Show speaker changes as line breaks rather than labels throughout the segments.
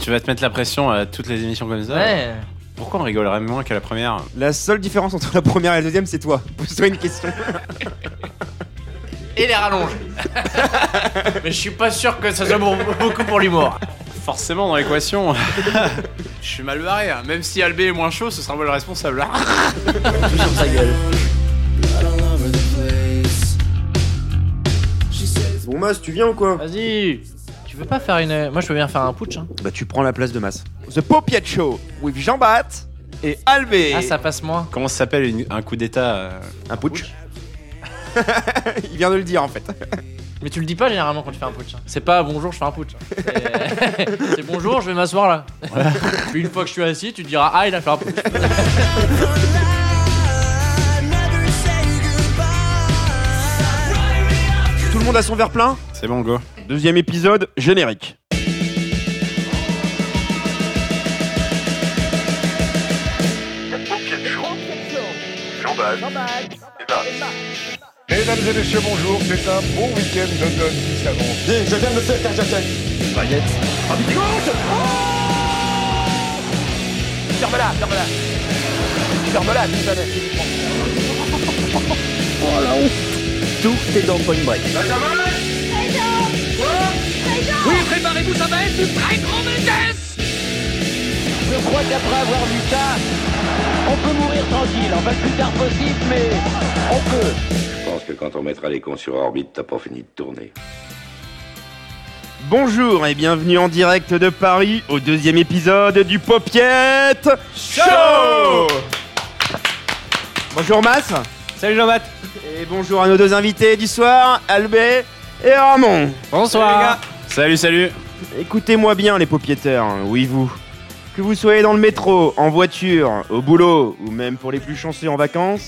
tu vas te mettre la pression à toutes les émissions comme ça.
Ouais.
Pourquoi on rigolerait moins qu'à la première
La seule différence entre la première et la deuxième, c'est toi. Pose-toi une question.
Et les rallonges. Mais je suis pas sûr que ça soit bon- beaucoup pour l'humour.
Forcément, dans l'équation, je suis mal barré. hein. Même si Albé est moins chaud, ce sera moi le responsable. hein.
Bon, Mas, tu viens ou quoi
Vas-y. Tu veux pas faire une. Moi, je veux bien faire un putsch. hein.
Bah, tu prends la place de Mas. The Popiat Show with Jean Bat et Albé.
Ah, ça passe moins.
Comment ça s'appelle une- un coup d'état euh,
Un putsch. Il vient de le dire en fait.
Mais tu le dis pas généralement quand tu fais un putsch. hein. C'est pas bonjour, je fais un putsch. hein. C'est- C'est bonjour, je vais m'asseoir là. Puis une fois que je suis assis, tu te diras Ah, il a fait un putsch.
Tout le monde a son verre plein
C'est bon, go.
Deuxième épisode, générique.
Mesdames et messieurs, bonjour, c'est un bon week-end d'automne qui s'avance.
Oh
Je crois qu'après avoir vu ça, on peut mourir tranquille. Enfin, le plus tard possible, mais on peut.
Je pense que quand on mettra les cons sur orbite, t'as pas fini de tourner.
Bonjour et bienvenue en direct de Paris au deuxième épisode du Popiette Show Bonjour Mas
Salut Jean-Bat.
et bonjour à nos deux invités du soir, Albé et Ramon.
Bonsoir.
Salut, salut.
Écoutez-moi bien les paupiéteurs, oui vous. Que vous soyez dans le métro, en voiture, au boulot ou même pour les plus chanceux en vacances,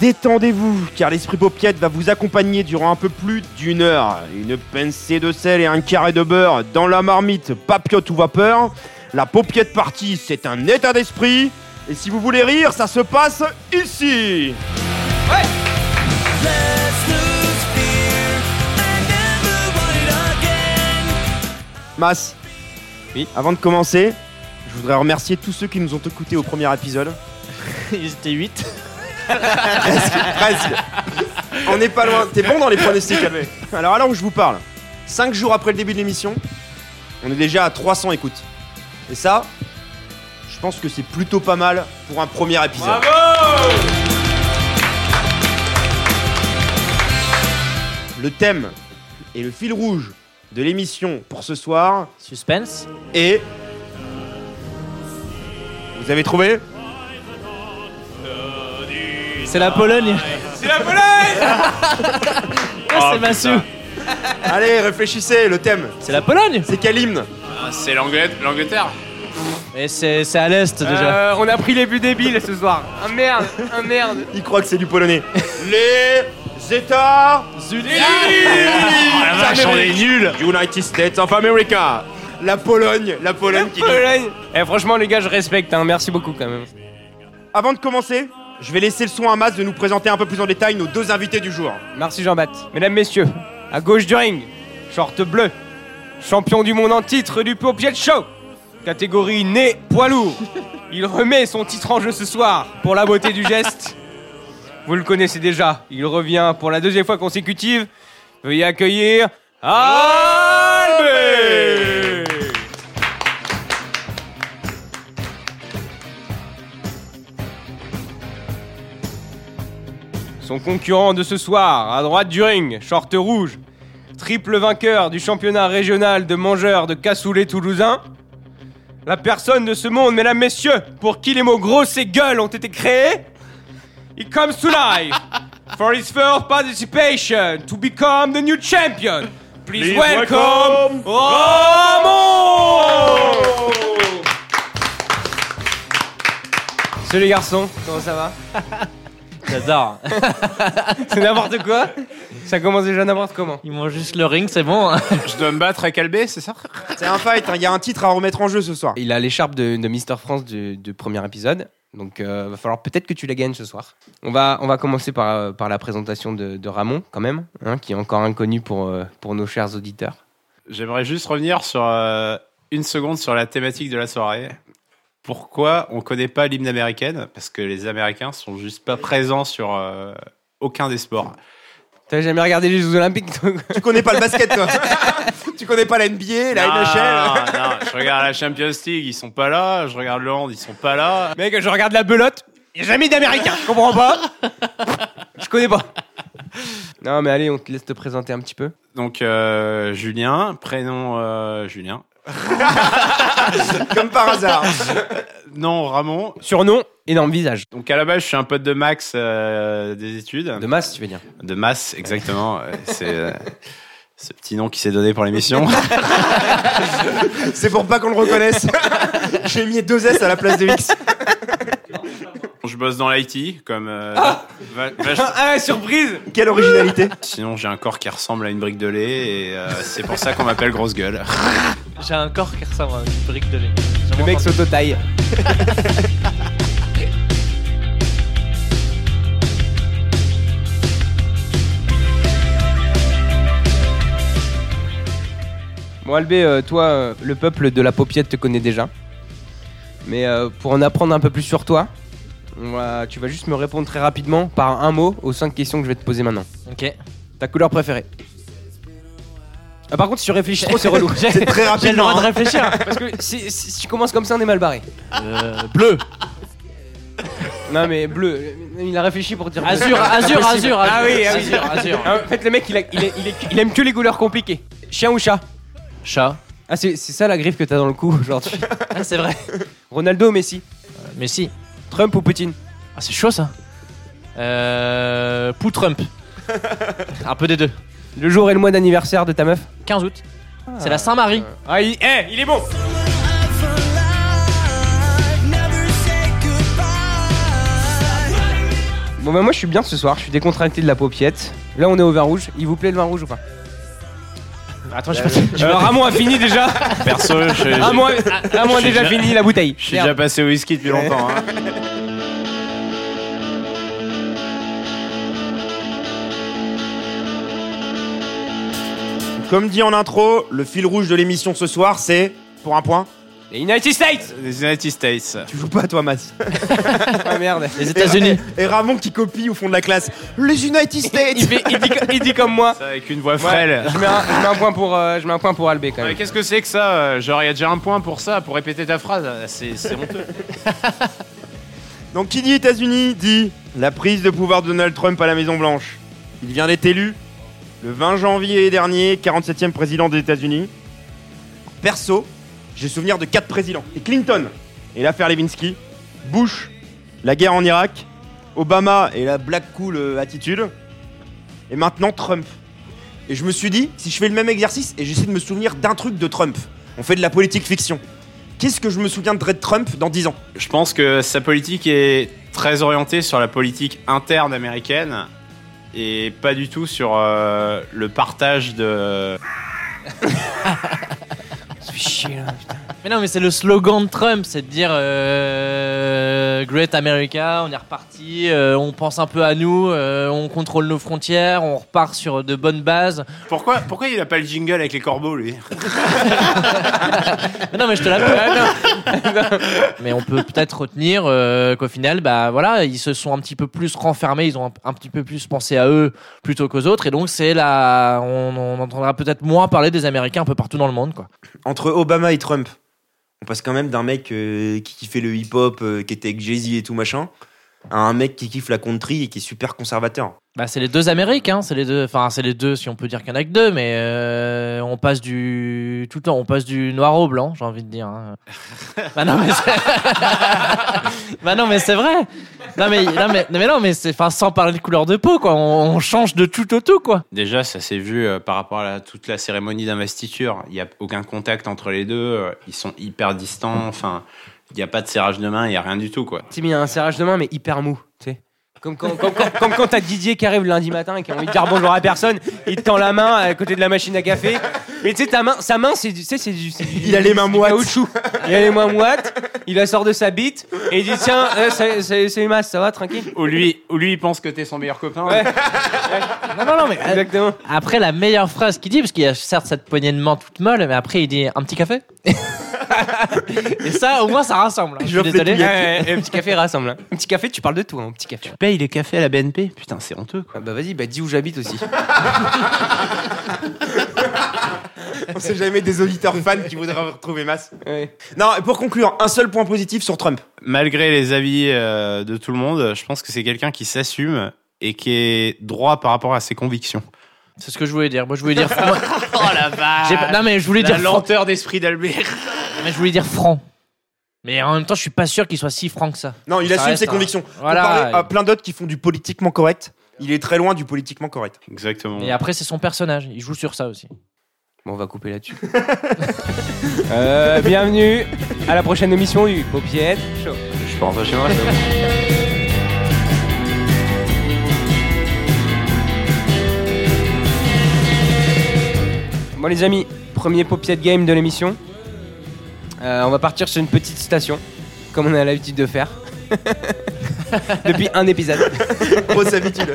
détendez-vous car l'esprit paupiette va vous accompagner durant un peu plus d'une heure. Une pincée de sel et un carré de beurre dans la marmite, papiote ou vapeur. La paupiette partie, c'est un état d'esprit. Et si vous voulez rire, ça se passe ici. Mas,
Oui.
avant de commencer, je voudrais remercier tous ceux qui nous ont écoutés au premier épisode.
Ils étaient 8.
Presque. On n'est pas loin. T'es bon dans les pronostics, Calvé. Alors, alors où je vous parle, 5 jours après le début de l'émission, on est déjà à 300 écoutes. Et ça, je pense que c'est plutôt pas mal pour un premier épisode. le thème et le fil rouge de l'émission pour ce soir
Suspense.
est. Vous avez trouvé
C'est la Pologne. Ah, C'est la Pologne.
Oh,
C'est Massu.
Allez, réfléchissez, le thème.
C'est la Pologne.
C'est quel hymne
Ah, c'est l'Angleterre.
Et c'est c'est à l'est déjà.
Euh, on a pris les buts débiles ce soir. Un merde, un merde.
Il croit que c'est du polonais. Les États Unis
Ah,
Ah,
nul.
United States of America La Pologne, la Pologne qui dit.
Pologne. Eh, franchement, les gars, je respecte. Hein. Merci beaucoup quand même.
Avant de commencer, je vais laisser le soin à Mas de nous présenter un peu plus en détail nos deux invités du jour.
Merci Jean-Baptiste. Mesdames, messieurs, à gauche du ring, short bleu, champion du monde en titre du Popiet Show, catégorie né poids lourd. Il remet son titre en jeu ce soir pour la beauté du geste. Vous le connaissez déjà, il revient pour la deuxième fois consécutive. Veuillez accueillir Albé Son concurrent de ce soir, à droite du ring, short rouge, triple vainqueur du championnat régional de mangeurs de cassoulet toulousain. La personne de ce monde, mesdames, messieurs, pour qui les mots grosses et gueules ont été créés, il comes to life for his first participation to become the new champion. Please, welcome, Ramon Salut les garçons, comment ça va
J'adore.
C'est n'importe quoi Ça commence déjà n'importe comment.
Ils mangent juste le ring, c'est bon. hein.
Je dois me battre avec Albé, c'est ça
C'est un fight, hein, il y a un titre à remettre en jeu ce soir.
Il a l'écharpe de, de Mister France du, du premier épisode. Donc, euh, va falloir peut-être que tu la gagnes ce soir. On va, on va commencer par, euh, par la présentation de, de Ramon, quand même, hein, qui est encore inconnu pour, euh, pour nos chers auditeurs.
J'aimerais juste revenir sur euh, une seconde sur la thématique de la soirée. Pourquoi on connaît pas l'hymne américaine Parce que les Américains sont juste pas présents sur euh, aucun des sports.
T'as jamais regardé les Jeux Olympiques donc-
Tu connais pas le basket, toi Tu connais pas la NBA, la NHL
Non, non, je regarde la Champions League, ils sont pas là. Je regarde le Hand, ils sont pas là.
Mec, je regarde la belote. Y'a jamais d'Américain, je comprends pas. Je connais pas. Non, mais allez, on te laisse te présenter un petit peu.
Donc euh, Julien, prénom euh, Julien.
Comme par hasard
Non, Ramon.
Surnom, énorme visage.
Donc à la base, je suis un pote de Max euh, des études.
De masse, tu veux dire.
De masse, exactement. Euh, C'est euh, ce petit nom qui s'est donné pour l'émission.
C'est pour pas qu'on le reconnaisse J'ai mis deux S à la place de X
Je bosse dans l'IT, comme. euh, va- vache-
Ah, surprise
Quelle originalité
Sinon, j'ai un corps qui ressemble à une brique de lait et euh, c'est pour ça qu'on m'appelle grosse gueule.
J'ai un corps qui ressemble à une brique de lait.
Le mec s'auto-taille. Bon, Albé, euh, toi, euh, le peuple de la paupiette te connaît déjà. Mais euh, pour en apprendre un peu plus sur toi, on va- tu vas juste me répondre très rapidement par un mot aux cinq questions que je vais te poser maintenant.
Ok.
Ta couleur préférée Ah, Par contre, si tu réfléchis trop, c'est relou.
C'est très
J'ai le droit de
rapidement hein.
réfléchir.
Parce que si, si- si tu commences comme ça, on est mal barré.
Euh, bleu.
Non mais bleu, il a réfléchi pour dire bleu.
Azur, azur, azur.
Ah oui, ah oui.
azur, azur.
Ah, en fait le mec il, a- il est- il est- il aime que les couleurs compliquées. Chien ou chat
Chat.
Ah c'est c'est ça la griffe que t'as dans le cou aujourd'hui.
Ah, c'est vrai.
Ronaldo ou Messi
Euh, Mais si.
Trump ou Poutine
Ah, c'est chaud ça. Euh. Pou Trump. Un peu des deux.
Le jour et le mois d'anniversaire de ta meuf
15 août. C'est la Saint-Marie.
Ah il, eh, il est bon Bon bah moi je suis bien ce soir, je suis décontracté de la paupiette. Là on est au vin rouge, il vous plaît le vin rouge ou pas
Attends, je fais
Euh, Ramon a fini déjà
Perso, je, j'ai-
Ramon a, Ramon a
Je suis
déjà
déjà-
fini la bouteille.
je suis déjà passé au whisky depuis longtemps. hein.
Comme dit en intro, le fil rouge de l'émission ce soir, c'est... Pour un point
Les United States
Les United States.
Tu joues pas, toi, Matt
Ah merde
les États-Unis.
Et Ramon qui copie au fond de la classe. Les United
il,
States
fait- il dit, il dit comme moi.
Ça, avec une voix frêle.
Je mets, un, je mets un point pour, euh, je mets un point pour Albé quand
Non, mais
même.
Qu'est-ce que c'est que ça euh, Genre, il y a déjà un point pour ça, pour répéter ta phrase. C'est c'est honteux.
Donc qui dit États-Unis dit la prise de pouvoir de Donald Trump à la Maison Blanche. Il vient d'être élu le 20 janvier dernier, 47e président des États-Unis. Perso, j'ai souvenir de quatre présidents. Et Clinton et l'affaire Levinsky, Bush, la guerre en Irak, Obama et la black cool euh, attitude, et maintenant Trump. Et je me suis dit, si je fais le même exercice et j'essaie de me souvenir d'un truc de Trump, on fait de la politique fiction. Qu'est-ce que je me souviendrai de Trump dans 10 ans
Je pense que sa politique est très orientée sur la politique interne américaine et pas du tout sur euh, le partage de.
Mais non, mais c'est le slogan de Trump, c'est de dire euh, Great America, on est reparti, euh, on pense un peu à nous, euh, on contrôle nos frontières, on repart sur de bonnes bases.
Pourquoi, pourquoi il a pas le jingle avec les corbeaux, lui
Mais non, mais je te l'appelle. mais on peut peut-être retenir euh, qu'au final, bah voilà, ils se sont un petit peu plus renfermés, ils ont un, un petit peu plus pensé à eux plutôt qu'aux autres, et donc c'est là, on, on entendra peut-être moins parler des Américains un peu partout dans le monde, quoi.
entre Obama et Trump, on passe quand même d'un mec euh, qui kiffait le hip-hop, euh, qui était avec Jay-Z et tout machin, à un mec qui kiffe la country et qui est super conservateur.
Bah, c'est les deux Amériques, hein, c'est les deux, enfin c'est les deux si on peut dire qu'il y en a que deux, mais euh, on passe du tout le temps, on passe du noir au blanc, j'ai envie de dire. hein. bah non mais c'est... bah non mais c'est vrai. Non mais non mais, non, mais, non, mais c'est, enfin sans parler de couleur de peau quoi, on, on change de tout au tout quoi.
Déjà, ça s'est vu euh, par rapport à la- toute la cérémonie d'investiture. Il n'y a aucun contact entre les deux. euh, Ils sont hyper distants. Enfin, il n'y a pas de serrage de main. Il n'y a rien du tout, quoi.
Tim, il y a un serrage de main, mais hyper mou. tu sais. Comme quand, comme, quand- comme quand t'as Didier qui arrive le lundi matin et qui a envie de dire bonjour à personne, il te tend la main à côté de la machine à café. Mais tu sais, ta main, sa main, c'est du, tu sais, c'est du, c'est du-
Il a les mains
c'est du
moites.
caoutchouc. Il a les mains moites, il la sort de sa bite et il dit Tiens, euh, c'est- c'est c'est Mas, ça va, tranquille
Ou lui, ou lui il pense que t'es son meilleur copain.
Ouais.
Non non non mais
Exactement.
après la meilleure phrase qu'il dit parce qu'il y a certes cette poignée de main toute molle, mais après il dit un petit café. Et ça, au moins, ça rassemble. hein. Je
Je
suis désolé.
petit café rassemble. hein. Un petit café, tu parles de tout, hein, un petit café.
Paye les cafés à la BNP. Putain, c'est honteux, quoi.
Ah bah vas-y, bah dis où j'habite aussi.
On sait jamais des auditeurs fans qui voudraient retrouver masse. Non, et pour conclure, un seul point positif sur Trump.
Malgré les avis euh, de tout le monde, je pense que c'est quelqu'un qui s'assume et qui est droit par rapport à ses convictions.
C'est ce que je voulais dire. Moi, je voulais dire. moi,
Oh la vache
j'ai pas- Non, mais je voulais dire. Franc.
d'esprit d'Albert.
Mais je voulais dire franc. Mais en même temps, je suis pas sûr qu'il soit si franc que ça.
Non, il
Ça
assume
reste
ses
un-
convictions.
Voilà.
Comparé à plein d'autres qui font du politiquement correct, il est très loin du politiquement correct.
Exactement.
Et après, c'est son personnage. Il joue sur ça aussi.
Bon, on va couper là-dessus. Euh, bienvenue à la prochaine émission du Paupiette Show.
Je peux rentrer chez moi. ça.
Bon les amis, premier Paupiette Game de l'émission. Euh, on va partir sur une petite station, comme on a l'habitude de faire. Depuis un épisode.
Grosse habitude.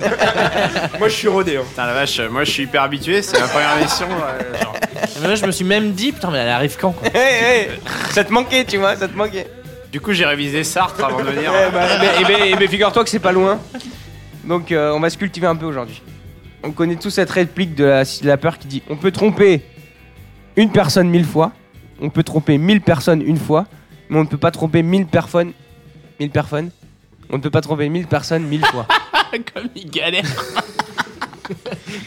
Moi, je suis rodé. hein.
Putain, la vache, moi je suis hyper habitué, c'est la première mission. euh, genre.
Mais moi, je me suis même dit, putain, mais elle arrive quand quoi
Hey, hey, ça te manquait, tu vois, ça te manquait.
Du coup, j'ai révisé Sartre avant de venir.
Eh ben, eh ben, eh ben, eh ben, figure-toi que c'est pas loin. Donc euh, on va se cultiver un peu aujourd'hui. On connaît tous cette réplique de la, de la peur qui dit on peut tromper une personne mille fois, on peut tromper mille personnes une fois, mais on ne peut pas tromper mille personnes, mille personnes, on ne peut pas tromper mille personnes mille fois.
Comme il galère.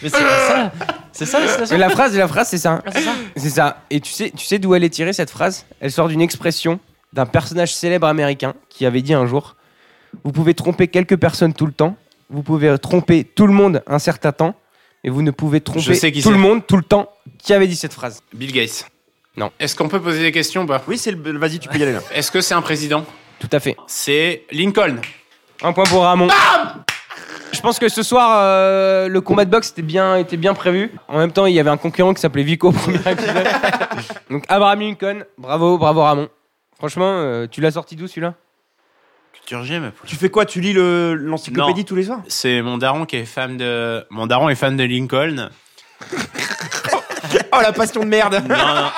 mais c'est ça. C'est ça la
Et
citation
la phrase, la phrase, c'est ça.
Ah, c'est ça.
C'est ça. Et tu sais, tu sais d'où elle est tirée cette phrase Elle sort d'une expression d'un personnage célèbre américain qui avait dit un jour Vous pouvez tromper quelques personnes tout le temps, vous pouvez tromper tout le monde un certain temps, et vous ne pouvez
Je
tromper
sais qui
tout le
c'est.
monde tout le temps. Qui avait dit cette phrase
Bill Gates.
Non.
Est-ce qu'on peut poser des questions ou pas
Oui, c'est le. Vas-y, tu peux y aller là.
Est-ce que c'est un président
Tout à fait.
C'est Lincoln.
Un point pour Ramon. Je pense que ce soir, euh, le combat de boxe était bien, était bien prévu. En même temps, il y avait un concurrent qui s'appelait Vico au premier épisode. Donc Abraham Lincoln, bravo, bravo Ramon. Franchement, euh, tu l'as sorti d'où celui-là
Culture G, ma poule.
Tu fais quoi Tu lis le- l'encyclopédie
Non.
tous les soirs
C'est mon daron qui est fan de. Mon daron est fan de Lincoln.
Oh, la passion de merde
Non, non.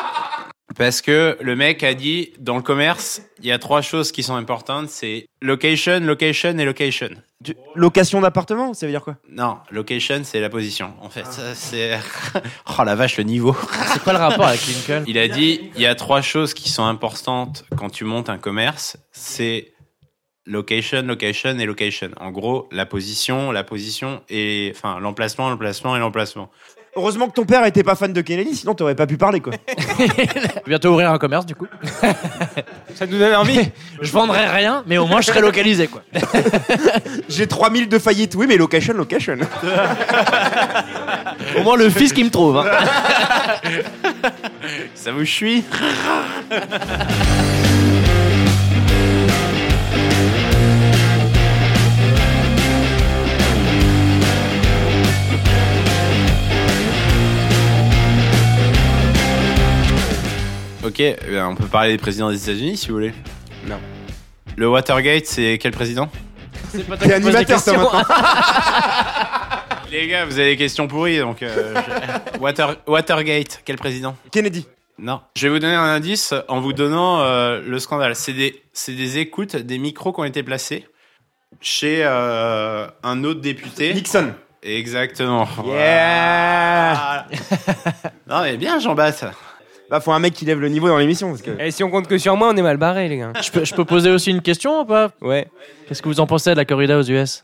Parce que le mec a dit dans le commerce, il y a trois choses qui sont importantes c'est location, location et location.
Tu- Location d'appartement, ça veut dire quoi
Non, location, c'est la position, en fait. Ça, C'est. Oh la vache, le niveau.
C'est quoi le rapport avec Lincoln
Il a dit il y a trois choses qui sont importantes quand tu montes un commerce. C'est location, location et location. En gros, la position, la position et enfin l'emplacement, l'emplacement et l'emplacement.
Heureusement que ton père était pas fan de Kennedy, sinon t'aurais pas pu parler quoi.
Bientôt ouvrir un commerce, du coup.
Ça nous donne envie
Je vendrai rien, mais au moins, je serai localisé, quoi.
J'ai 3000 de faillite, oui, mais location, location.
Au moins, le fils qui me trouve. hein.
Ça vous suis Ok, eh bien, on peut parler des présidents des États-Unis si vous voulez.
Non.
Le Watergate, c'est quel président
C'est pas toi
T'es
qui poses des
animateur, ça,
questions.
maintenant.
Les gars, vous avez des questions pourries donc. euh, je- Water- Watergate, quel président
Kennedy.
Non. Je vais vous donner un indice en vous donnant euh, le scandale. C'est des, c'est des écoutes, des micros qui ont été placés chez euh, un autre député.
Nixon.
Exactement.
Yeah
Voilà. non mais bien Jean-Baptiste.
Bah, faut un mec qui lève le niveau dans l'émission parce que.
Et Eh, si on compte que sur moi, on est mal barré, les gars.
Je peux, je peux poser aussi une question ou pas
Ouais.
Qu'est-ce que vous en pensez de la corrida aux US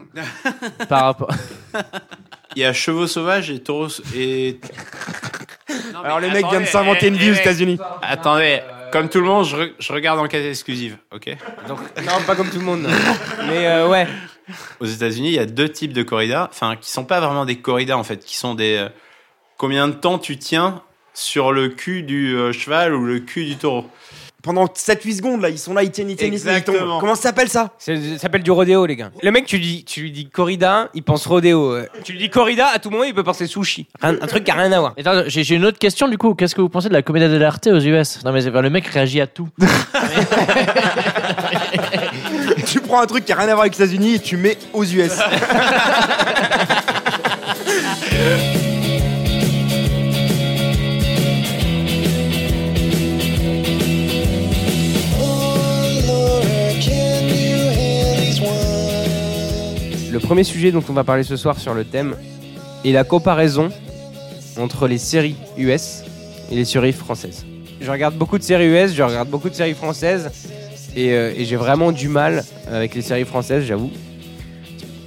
Par rapport.
Il y a chevaux sauvages et taureaux et.
Alors le mec vient de s'inventer une vie
Eh,
aux États-Unis.
Attendez, comme tout le monde, je, re- je regarde en quête exclusive, ok
Donc, non, pas comme tout le monde. non. Mais euh, ouais.
aux États-Unis, il y a deux types de corridas, enfin qui sont pas vraiment des corridas en fait, qui sont des euh, combien de temps tu tiens sur le cul du euh, cheval ou le cul du taureau.
Pendant 7-8 secondes là, ils sont là, ils tiennent, ils tiennent, ils tiennent, ils tombent.
Exactement.
Comment ça s'appelle ça
Ça ça s'appelle du rodéo, les gars. Le mec, tu lui, dis- tu lui dis corrida, il pense rodéo. euh. Tu lui dis corrida, à tout moment, il peut penser sushi. Rien- un truc qui a rien à voir.
Et attends, J'ai j'ai une autre question du coup. Qu'est-ce que vous pensez de la comédie de l'arte aux US Non mais c'est- le mec réagit à tout.
Tu prends un truc qui a rien à voir avec les États-Unis et tu mets aux US.
premier sujet dont on va parler ce soir sur le thème est la comparaison entre les séries US et les séries françaises. Je regarde beaucoup de séries US, je regarde beaucoup de séries françaises et, euh, et j'ai vraiment du mal avec les séries françaises, j'avoue.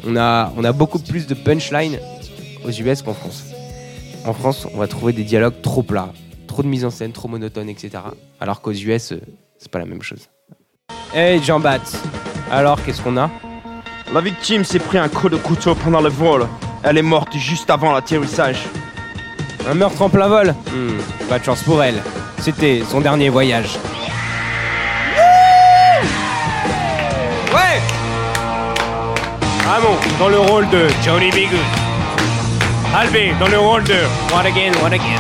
On a, on a beaucoup plus de punchline aux US qu'en France. En France, on va trouver des dialogues trop plats, trop de mise en scène, trop monotone, etc. Alors qu'aux US, euh, c'est pas la même chose. Hey, Jean Bat. Alors, qu'est-ce qu'on a
La victime s'est pris un coup de couteau pendant le vol. Elle est morte juste avant l'atterrissage.
Un meurtre en plein vol Hmm, Pas de chance pour elle. C'était son dernier voyage. Ouais Ramon, dans le rôle de Johnny B. Good. Alvin, dans le rôle de What Again, What Again.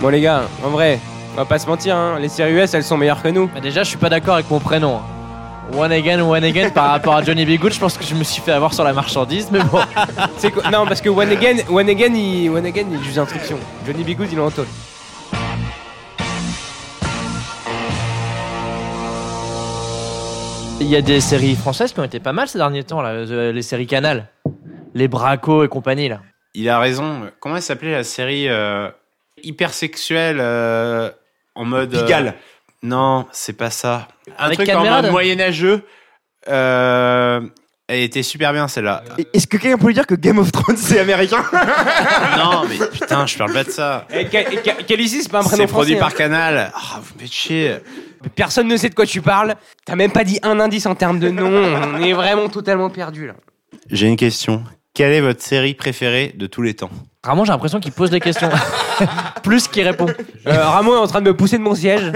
Bon les gars, en vrai, on va pas se mentir, hein, les séries US elles sont meilleures que nous.
Bah déjà, je suis pas d'accord avec mon prénom. hein. One again, one again, par rapport à Johnny B. Good, je pense que je me suis fait avoir sur la marchandise, mais bon.
C'est quoi Non, parce que One Again, One Again, il, One Again, il juge instruction. Johnny B. Good, il est en taule.
Il y a des séries françaises qui ont été pas mal ces derniers temps, là, euh, les séries Canal. Les Bracos et compagnie, là.
Il a raison. Comment elle s'appelait la série euh, hypersexuelle euh, en mode. euh,
Pigalle.
Non, c'est pas ça. Un
Avec
truc en
Cadmerade
mode moyenâgeux. Euh, elle était super bien celle-là.
Et- Est-ce que quelqu'un peut lui dire que Game of Thrones c'est américain
non, mais putain, je parle pas de ça.
Eh, Ca- Ca- Calici, c'est pas un prénom
C'est
français,
produit
hein.
par Canal. Ah, vous me faites chier.
Personne ne sait de quoi tu parles. T'as même pas dit un indice en termes de nom. On est vraiment totalement perdu là.
J'ai une question. Quelle est votre série préférée de tous les temps
Vraiment, j'ai l'impression qu'il pose des questions. Plus qu'il répond.
Euh, Ramon est en train de me pousser de mon siège.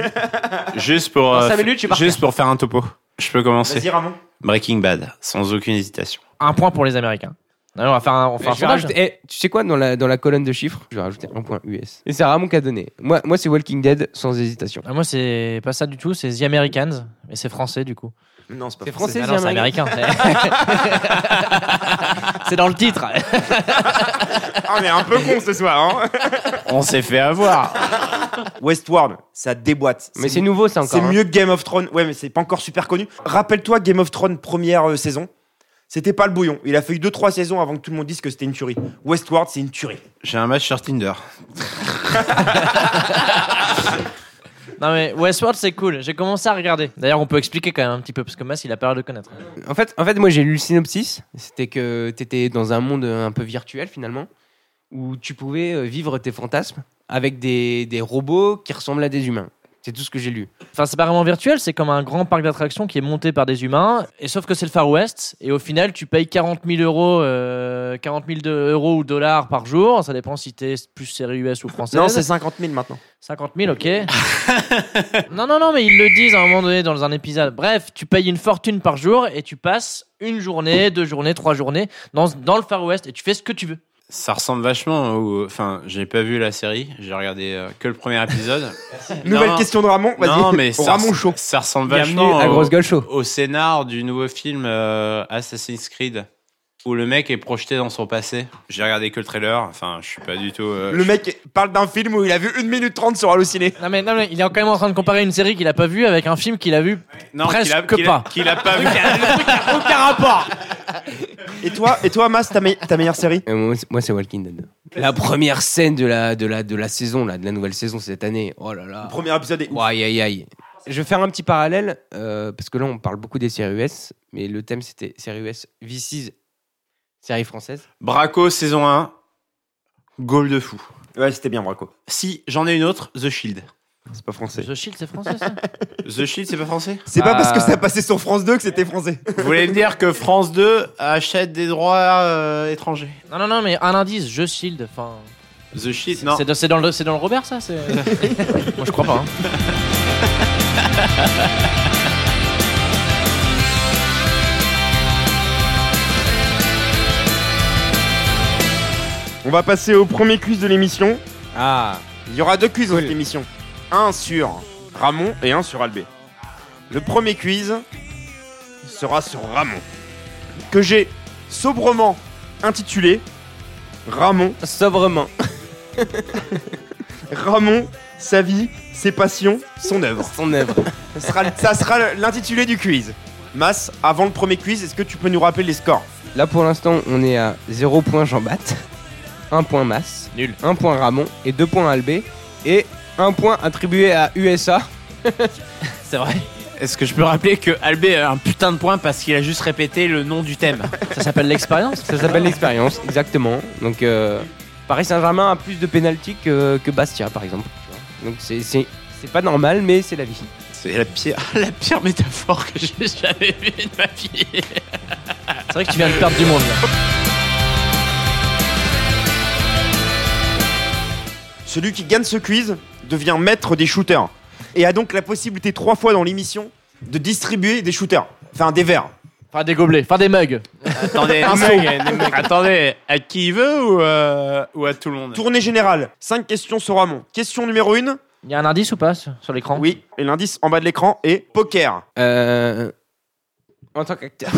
Juste pour,
Dans
euh,
cinq
fa-
minutes, je pars.
juste pour faire un topo. Je peux commencer.
Ramon.
Breaking Bad, sans aucune hésitation.
Un point pour les Américains. Alors, on va faire un, on fait un
Je vais
sondage.
rajouter- eh, tu sais quoi dans la, dans la colonne de chiffres, je vais rajouter un point US. Et c'est Ramon qui a donné. Moi, moi c'est Walking Dead sans hésitation.
Ah, moi, c'est pas ça du tout, c'est The Americans, mais c'est français du coup.
Non, c'est pas
C'est
Ah
français,
non, c'est américain. c'est- c'est dans le titre.
Ah, on est un peu con ce soir. Hein
On s'est fait avoir.
Westworld, ça déboîte.
Mais c'est nouveau ça
C'est
encore. hein.
mieux que Game of Thrones. Ouais, mais c'est pas encore super connu. Rappelle-toi Game of Thrones première euh, saison. C'était pas le bouillon. Il a fallu 2-3 saisons avant que tout le monde dise que c'était une tuerie. Westworld, c'est une tuerie.
J'ai un match sur Tinder.
Non mais Westworld c'est cool, j'ai commencé à regarder. D'ailleurs on peut expliquer quand même un petit peu parce que Mass il a pas l'air de connaître.
En fait, en fait, moi j'ai lu le synopsis. C'était que t'étais dans un monde un peu virtuel finalement, où tu pouvais euh, vivre tes fantasmes avec des, des robots qui ressemblent à des humains. C'est tout ce que j'ai lu.
Enfin c'est pas vraiment virtuel, c'est comme un grand parc d'attractions qui est monté par des humains et sauf que c'est le Far West et au final tu payes 40 000 euros, euh, 40 000 de- euros ou dollars par jour, ça dépend si t'es plus série US ou française.
50 000 maintenant.
50 000, ok. non, non, non, mais ils le disent à un moment donné dans un épisode. Bref, tu payes une fortune par jour et tu passes une journée, deux journées, trois journées dans, dans le Far West et tu fais ce que tu veux.
Ça ressemble vachement au. Enfin, j'ai pas vu la série. J'ai regardé euh, que le premier épisode.
Nouvelle
Non,
question de Ramon. Vas-y.
Non, mais ça,
Ramon
res-
chaud.
ça ressemble
Bienvenue
vachement
à
au,
Grosse Gueule Show.
au scénar du nouveau film euh, Assassin's Creed où le mec est projeté dans son passé. J'ai regardé que le trailer. Enfin, je suis pas du tout. euh,
Le mec parle d'un film où il a vu 1 minute 30 sur Halluciné.
Non mais, non, mais il est quand même en train de comparer une série qu'il a pas vue avec un film qu'il a vu.
non, qu'il a-
presque
qu'il a-
pas.
Qu'il a pas vu.
Aucun rapport
Et toi, et toi Mas, ta, me- ta meilleure série
Euh, moi, c'est- moi, c'est Walking Dead. La première scène de la, de la, de la saison, là, de la nouvelle saison cette année. Oh là là.
Le premier épisode est ouf.
Ouah, Aïe, aïe, aïe. Je vais faire un petit parallèle, euh, parce que là, on parle beaucoup des séries US, mais le thème, c'était séries US, VCs, série française.
Braco saison 1. Goal de fou.
Ouais, c'était bien, Braco.
Si, j'en ai une autre. The Shield.
C'est pas français.
The Shield c'est français ça
The Shield, c'est pas français
C'est pas
Ah.
parce que ça passait sur France 2 que c'était français.
Vous voulez me dire que France 2 achète des droits euh, étrangers
Non non non mais un indice, The Shield, enfin...
The Shield, non.
C'est dans, c'est dans le, c'est dans le Robert ça c'est- Moi je crois pas. hein.
On va passer au premier quiz de l'émission.
Ah,
Il y aura deux quiz dans cette émission. Un sur Ramon et un sur Albé. Le premier quiz sera sur Ramon. Que j'ai sobrement intitulé Ramon
sobrement.
Ramon, sa vie, ses passions, son œuvre.
Son œuvre.
Ça sera, ça sera l'intitulé du quiz. Mas, avant le premier quiz, est-ce que tu peux nous rappeler les scores
Là pour l'instant, on est à 0 point Jean Bat, 1 point Mass,
Nul.
1 point Ramon et 2 points Albé et 1 point attribué à USA.
C'est vrai. Est-ce que je peux rappeler que Albé a un putain de point parce qu'il a juste répété le nom du thème Ça s'appelle l'expérience
Ça s'appelle l'expérience, exactement. Donc euh, Paris Saint-Germain a plus de pénalty que, que Bastia par exemple. tu vois. Donc c'est- c'est c'est pas normal mais c'est la vie.
C'est la pire.
la pire métaphore que j'ai jamais vue de ma vie. C'est vrai que tu viens de perdre du monde. là.
Celui qui gagne ce quiz devient maître des shooters et a donc la possibilité trois fois dans l'émission de distribuer des shooters, enfin des verres.
Enfin des gobelets, enfin des mugs.
Attendez,
Un
attendez, à qui il veut ou, euh, ou à tout le monde
Tournée générale, Cinq questions sur Ramon. Question numéro une.
Il y a un indice ou pas sur sur l'écran
oui, et l'indice en bas de l'écran est poker.
Euh, en tant qu'acteur.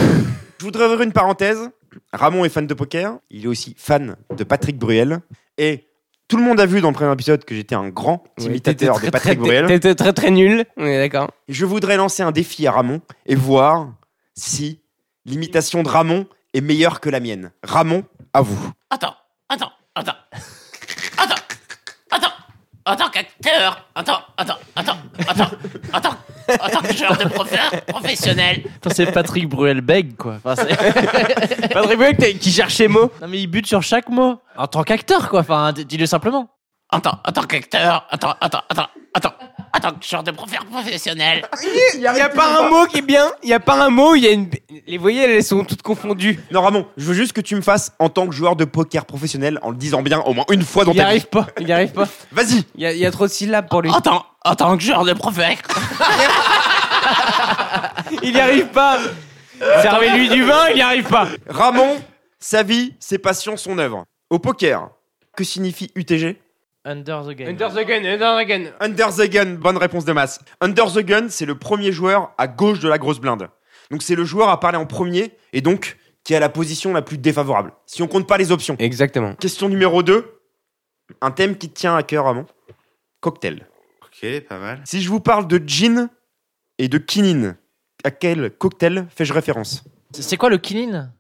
Je voudrais ouvrir une parenthèse. Ramon est fan de poker, il est aussi fan de Patrick Bruel et tout le monde a vu dans le premier épisode que j'étais un grand imitateur de Patrick Bruel.
T'étais très très nul, on est d'accord.
Je voudrais lancer un défi à Ramon et voir si l'imitation de Ramon est meilleure que la mienne. Ramon, à vous.
Attends, attends, attends. Attends, attends. En tant qu'acteur, attends, attends, attends, attends, attends, en tant que joueur de prof- hein, professionnel,
Putain, C'est Patrick Bruel bègue quoi. Enfin, c'est-
Patrick Bruel t'es- qui cherche ses mots.
non mais il bute sur chaque mot. En tant qu'acteur quoi, enfin d- dis-le simplement.
attends, en tant qu'acteur, attends, attends, attends, attends, en tant que joueur de prof- professionnel,
Il n'y a pas un mot qui est bien, il n'y a pas un mot, il y a une. Les voyelles, elles sont toutes confondues.
Non, Ramon, je veux juste que tu me fasses en tant que joueur de poker professionnel en le disant bien au moins une fois dans
Il n'y
ta vie.
arrive pas, il n'y arrive pas.
Vas-y.
Il y, a- il y a trop de syllabes pour lui.
en tant, en tant que joueur de prof- hein.
Il n'y arrive pas. Servez-lui du vin, il n'y arrive pas.
Ramon, sa vie, ses passions, son œuvre. Au poker, que signifie UTG
Under the game.
Under the gun, under the gun.
Under the gun, bonne réponse de masse. Under the gun, c'est le premier joueur à gauche de la grosse blinde. Donc c'est le joueur à parler en premier et donc qui a la position la plus défavorable. Si on compte pas les options.
Exactement.
Question numéro 2. Un thème qui te tient à cœur, Ramon. Cocktail.
Ok, pas mal.
Si je vous parle de gin et de quinine, à quel cocktail fais-je référence
C'est quoi le quinine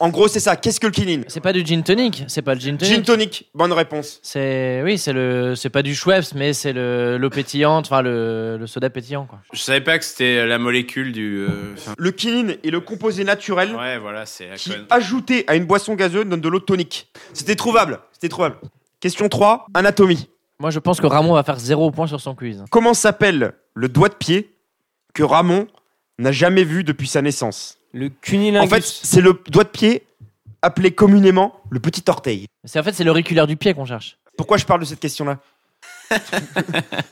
En gros, c'est ça. Qu'est-ce que le quinine
C'est pas du gin tonic, c'est pas le gin tonic.
Gin tonic. Bonne réponse.
c'est oui, c'est le c'est pas du Schweppes mais c'est le l'eau pétillante, enfin le, le soda pétillant quoi.
Je savais pas que c'était la molécule du. euh, enfin,
Le quinine est le composé naturel
ouais, voilà, c'est la
qui,
conne.
ajouté à une boisson gazeuse, donne de l'eau tonique. C'était trouvable. C'était trouvable. Question 3. Anatomie.
Moi je pense que Ramon va faire zéro point sur son quiz.
Comment s'appelle le doigt de pied que Ramon n'a jamais vu depuis sa naissance
Le
En
cunilingus.
fait, c'est le doigt de pied appelé communément le petit orteil.
C'est en fait c'est l'auriculaire du pied qu'on cherche.
Pourquoi je parle de cette question-là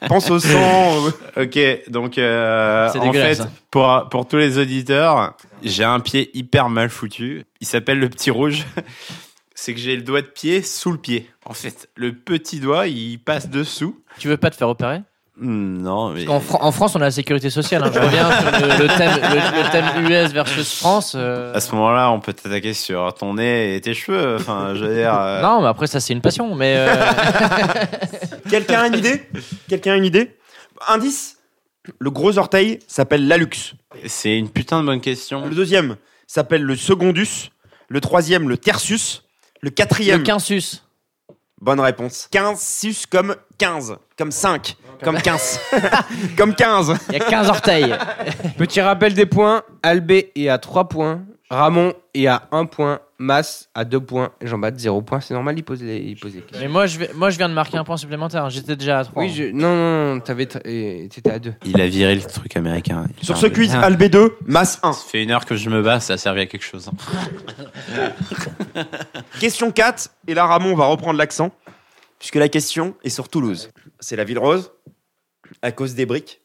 Pense au sang. au-
Ok, donc euh,
C'est
en
dégueulasse,
fait,
hein.
pour, pour tous les auditeurs, j'ai un pied hyper mal foutu. Il s'appelle le petit rouge. C'est que j'ai le doigt de pied sous le pied. En fait, le petit doigt, il passe dessous.
Tu veux pas te faire opérer
Hmm, Non, mais.
En, Fran- en France, on a la sécurité sociale. hein. Je reviens sur le, le thème, le, le thème US versus France. euh.
À ce moment-là, on peut t'attaquer sur ton nez et tes cheveux. Enfin, je veux dire. euh,
Non, mais après, ça, c'est une passion. Mais euh,
Quelqu'un a une idée Quelqu'un a une idée Indice le gros orteil s'appelle l'alux.
C'est une putain de bonne question.
Le deuxième s'appelle le secondus. Le troisième, le tertius.
le
Le quatrième,
quinsus.
bonne réponse. 15 sus comme 15, comme 5, comme 15, comme 15.
Il y a 15 orteils.
Petit rappel des points. Albé est à 3 points. Ramon est à 1 point. Mas à 2 points. Jean-Baptiste 0 points. C'est normal, il pose les, il pose les questions.
Mais moi je, vais, moi, je viens de marquer un point supplémentaire. hein. J'étais déjà à 3.
Oui, je... non, non, non, t'avais tr- eh, t'étais à 2.
Il a viré le truc américain. Il
Sur
a
ce
un-
quiz,
Ah,
Albé 2, masse 1.
Ça fait une heure que je me bats, ça a servi à quelque chose. hein.
Question 4, et là Ramon va reprendre l'accent, puisque la question est sur Toulouse. C'est la ville rose, à cause des briques.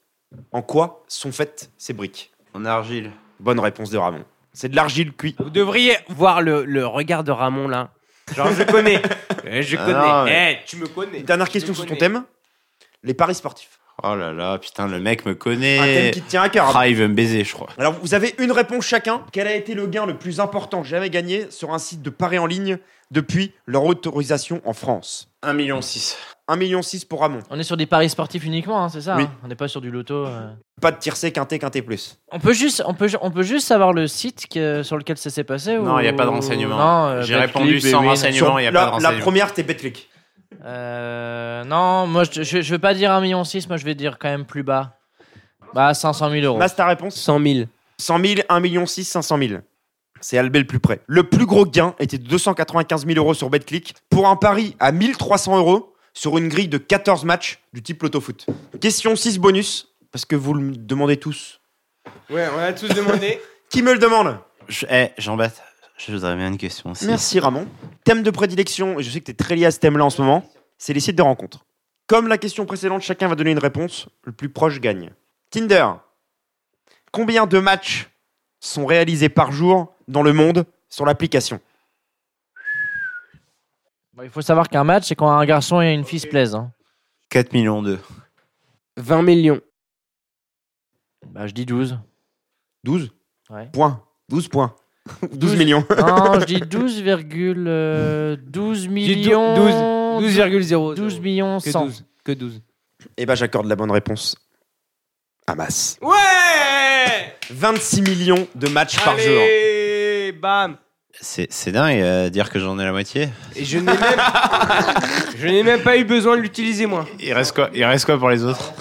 En quoi sont faites ces briques
En argile.
Bonne réponse de Ramon. C'est de l'argile cuit.
Vous devriez voir le, le regard de Ramon là. Genre, je connais. Eh, je
Ah
connais.
non, mais-
Eh, tu me connais.
Dernière
Je
question
connais.
sur ton thème, les paris sportifs.
Oh là là, putain, le mec me
Un thème
connaît.
qui te tient à cœur. hein,
Ah, il veut me baiser, je crois.
Alors, vous avez une réponse chacun. Quel a été le gain le plus important jamais gagné sur un site de paris en ligne depuis leur autorisation en France
1,6 million. 6.
1,6 million pour Ramon.
On est sur des paris sportifs uniquement, hein, c'est ça
Oui.
hein On n'est pas sur du loto. euh.
Pas de tiercé, quinté, quinté plus.
On peut juste, on peut, ju- on peut juste savoir le site que- sur lequel ça s'est passé.
Non,
ou-
il n'y a pas de renseignement.
Non, euh,
J'ai
Betclic,
répondu sans
Bwin.
renseignement,
Sur
il n'y a
la,
pas de
la
renseignement.
première, c'était Betclic.
Euh, non, moi je, je, je veux pas dire 1,6 million, moi je vais dire quand même plus bas. Bah 500 000 euros.
Mas, ta réponse
100 000.
100 000, 1 million 6, 500 000. C'est Albé le plus près. Le plus gros gain était de 295 000 euros sur Betclic pour un pari à 1300 euros sur une grille de 14 matchs du type Lotofoot. Question 6 bonus, parce que vous le demandez tous.
Ouais, on a tous demandé.
Qui me le demande
Je- Eh, Jean-Baptiste, je voudrais bien une question aussi.
Merci Ramon. Thème de prédilection, et je sais que tu es très lié à ce thème-là en ce moment, c'est les sites de rencontres. Comme la question précédente, chacun va donner une réponse, le plus proche gagne. Tinder, combien de matchs sont réalisés par jour dans le monde sur l'application
Bon, Bah, il faut savoir qu'un match, c'est quand un garçon et une fille se plaisent. hein.
4 millions 2.
20 millions.
Bah je dis 12.
12
Ouais. Hein.
points. 12 points. 12 millions.
Non, je dis 12, virgule, euh, 12 millions.
12,0.
12 millions
Que
100.
12. Que 12.
Eh ben j'accorde la bonne réponse. Hamas.
Ouais
26 millions de matchs par jour.
Allez, bam
C'est c'est dingue euh, dire que j'en ai la moitié.
Et je n'ai même... je n'ai même pas eu besoin de l'utiliser, moi.
Il reste quoi, il reste quoi pour les autres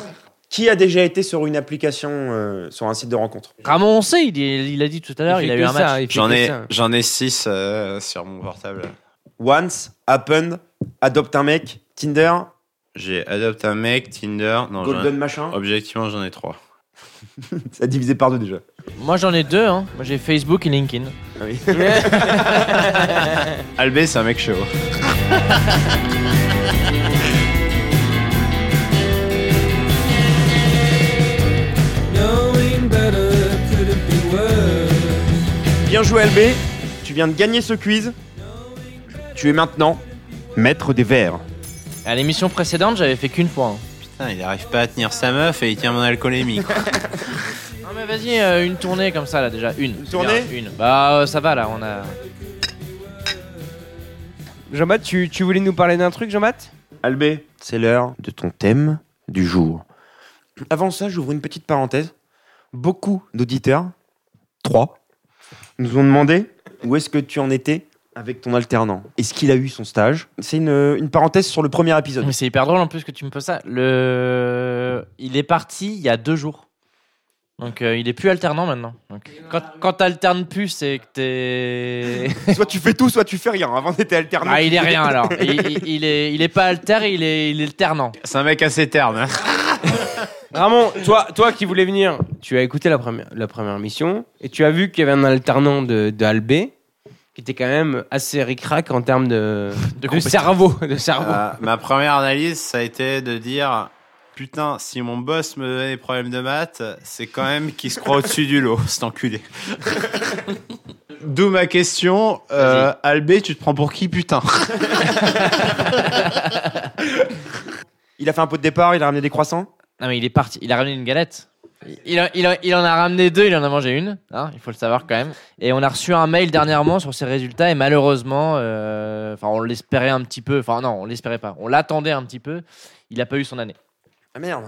Qui a déjà été sur une application, euh, sur un site de rencontre
Ramon, on sait, il, est- il a dit tout à l'heure, il, a eu un match.
J'en ai, j'en ai 6 sur mon portable.
Once, Happened, Adopte un mec, Tinder,
J'ai Adopt un mec, Tinder. Non, j'en ai-
Golden machin.
objectivement, j'en ai 3.
Ça divisé par deux déjà.
Moi j'en ai deux, hein. moi j'ai Facebook et LinkedIn.
Albé, c'est un mec chaud.
Bien joué LB, tu viens de gagner ce quiz. Tu es maintenant maître des verres.
À l'émission précédente, j'avais fait qu'une fois. hein.
Putain, il arrive pas à tenir sa meuf et il tient mon alcoolémie. quoi.
Non mais vas-y, euh, une tournée comme ça là déjà, une.
Une tournée
Bien, Une. Bah euh, ça va là, on a...
Jean-Baptiste, tu, tu voulais nous parler d'un truc, Jean-Baptiste
Albé, c'est l'heure de ton thème du jour. Avant ça, j'ouvre une petite parenthèse. Beaucoup d'auditeurs, trois, nous ont demandé où est-ce que tu en étais avec ton alternant. Est-ce qu'il a eu son stage C'est une, une parenthèse sur le premier épisode.
Mais c'est hyper drôle en plus que tu me poses ça. Le... Il est parti il y a deux jours. Donc euh, il est plus alternant maintenant. Donc, quand quand t'alternes plus, c'est que t'es...
Soit tu fais tout, soit tu fais rien. Avant, t'étais alternant.
Ah, il est rien alors. Il, il- il est, il est pas alter, il est, il est alternant.
C'est un mec assez terne. hein.
Ramon, toi, toi qui voulais venir, tu as écouté la première, la première émission et tu as vu qu'il y avait un alternant de, de Albé qui était quand même assez ric-rac en termes de,
compétences.
cerveau. De
Ah
cerveau.
Euh, ma première analyse, ça a été de dire Putain, si mon boss me donnait des problèmes de maths, c'est quand même qu'il se croit au-dessus du lot, cet enculé. D'où ma question euh, Albé, tu te prends pour qui, putain
Il a fait un pot de départ, il a ramené des croissants.
Non, mais il est parti. Il a ramené une galette. Il, en- il en- il en a ramené deux, il en a mangé une. hein, il faut le savoir quand même. Et on a reçu un mail dernièrement sur ses résultats. Et malheureusement, euh, enfin, on l'espérait un petit peu. Enfin, non, on l'espérait pas. On l'attendait un petit peu. Il a pas eu son année.
Ah merde.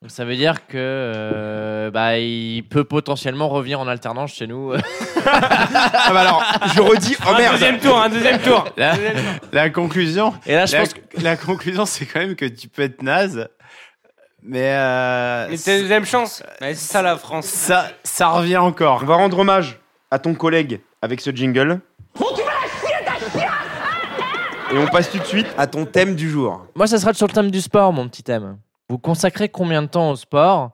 Donc ça veut dire que euh, bah, il peut potentiellement revenir en alternance chez nous.
Ah bah alors, je redis, oh
un
merde.
deuxième tour, un deuxième tour.
La, la conclusion,
Et là, je
la,
pense que
la conclusion, c'est quand même que tu peux être naze, mais euh,
Une deuxième chance. Ouais, c'est ça la France.
ça, ça revient encore.
On va rendre hommage à ton collègue avec ce jingle. Et on passe tout de suite à ton thème du jour.
Moi, ça sera sur le thème du sport, mon petit thème. Vous consacrez combien de temps au sport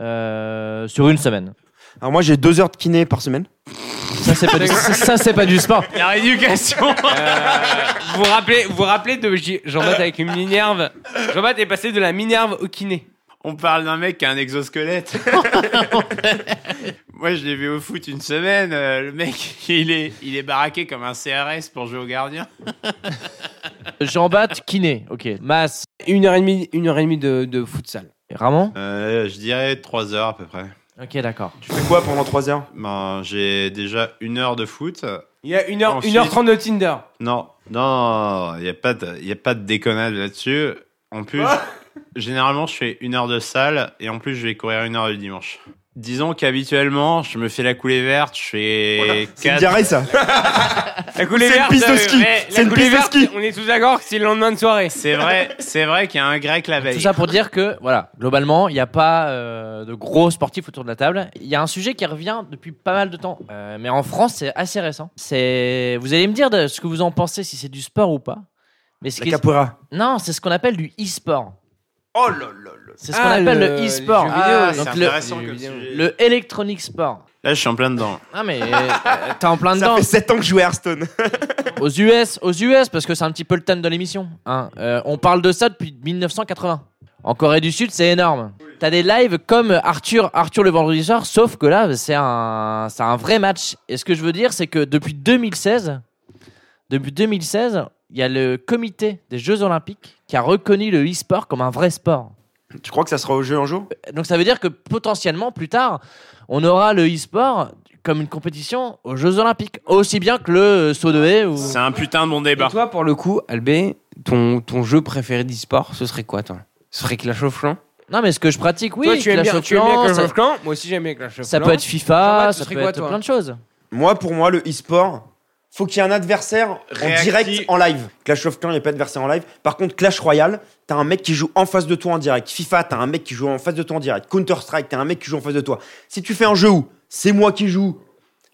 euh, sur une semaine
Alors moi j'ai deux heures de kiné par semaine.
Ça, c'est pas, du- ça, ça, c'est pas du sport.
La rééducation
Vous vous rappelez, vous vous rappelez de J- Jean-Baptiste avec une minerve Jean-Baptiste est passé de la minerve au kiné.
On parle d'un mec qui a un exosquelette. Moi, je l'ai vu au foot une semaine. euh, le mec, il est, il est baraqué comme un CRS pour jouer au gardien.
Jean-Bat, kiné, ok. Masse,
Une heure et demie, une heure et demie de, de futsal.
Ramon
Euh, je dirais 3 heures à peu près.
Ok, d'accord.
Tu fais quoi pendant 3 heures
Ben, j'ai déjà une heure de foot.
Il y a 1h30
Ensuite-
de Tinder.
Non, non, il n'y a, pas de- y a pas de déconnade là-dessus. En plus, généralement, je fais une heure de salle et en plus, je vais courir une heure le dimanche. Disons qu'habituellement, je me fais la coulée verte, je fais
C'est
4.
une diarrhée, ça
La coulée
C'est une
verte,
piste de
euh,
ski.
ouais,
C'est
la
une
coulée
piste de
verte,
ski.
On est tous d'accord que c'est le lendemain de soirée.
C'est vrai, c'est vrai qu'il y a un grec la
Tout
veille.
ça pour dire que, voilà, globalement, il n'y a pas euh, de gros sportifs autour de la table. Il y a un sujet qui revient depuis pas mal de temps, euh, mais en France, c'est assez récent. C'est, vous allez me dire de ce que vous en pensez, si c'est du sport ou pas. Mais ce
La
qui-
capoeira.
non, c'est ce qu'on appelle du e-sport.
Oh là là là.
C'est ce qu'on
Ah,
appelle le
le-
e-sport.
les jeux
Ah,
donc
c'est
le-
intéressant
le-
comme
le-
sujet.
le electronic sport.
Là, je suis en plein dedans.
Ah mais euh, t'es en plein
Ça
dedans.
fait 7 ans que je joue à Hearthstone.
Aux US, aux US, parce que c'est un petit peu le thème de l'émission. hein. Euh, on parle de ça depuis 1980. En Corée du Sud, c'est énorme. T'as des lives comme Arthur, Arthur le vendredi soir, sauf que là, c'est un, c'est un vrai match. Et ce que je veux dire, c'est que depuis 2016, depuis 2016, il y a le comité des Jeux Olympiques qui a reconnu le e-sport comme un vrai sport.
Tu crois que ça sera au jeu un jour
Donc ça veut dire que potentiellement, plus tard, on aura le e-sport comme une compétition aux Jeux Olympiques, aussi bien que le euh, saut de haie ou...
C'est un putain de bon
Et
débat.
toi, pour le coup, Albé, ton, ton jeu préféré d'e-sport, ce serait quoi, toi Ce serait Clash of Clans
Non, mais ce que je pratique, oui,
Toi, tu aimes
Clash
bien,
of
tu aimes bien
Clans,
Clash
ça,
of Clans Moi aussi, j'aime bien Clash of Clans.
ça peut être
Jean-Marc,
FIFA,
ce
ça
serait
peut
quoi,
être
toi
plein de choses.
Moi, pour moi, le e-sport, faut qu'il y ait un adversaire en
Réactif.
direct en live. Clash of Clans, il n'y a pas d'adversaire en live. Par contre, Clash Royale, t'as un mec qui joue en face de toi en direct. FIFA, t'as un mec qui joue en face de toi en direct. Counter-Strike, t'as un mec qui joue en face de toi. Si tu fais un jeu où c'est moi qui joue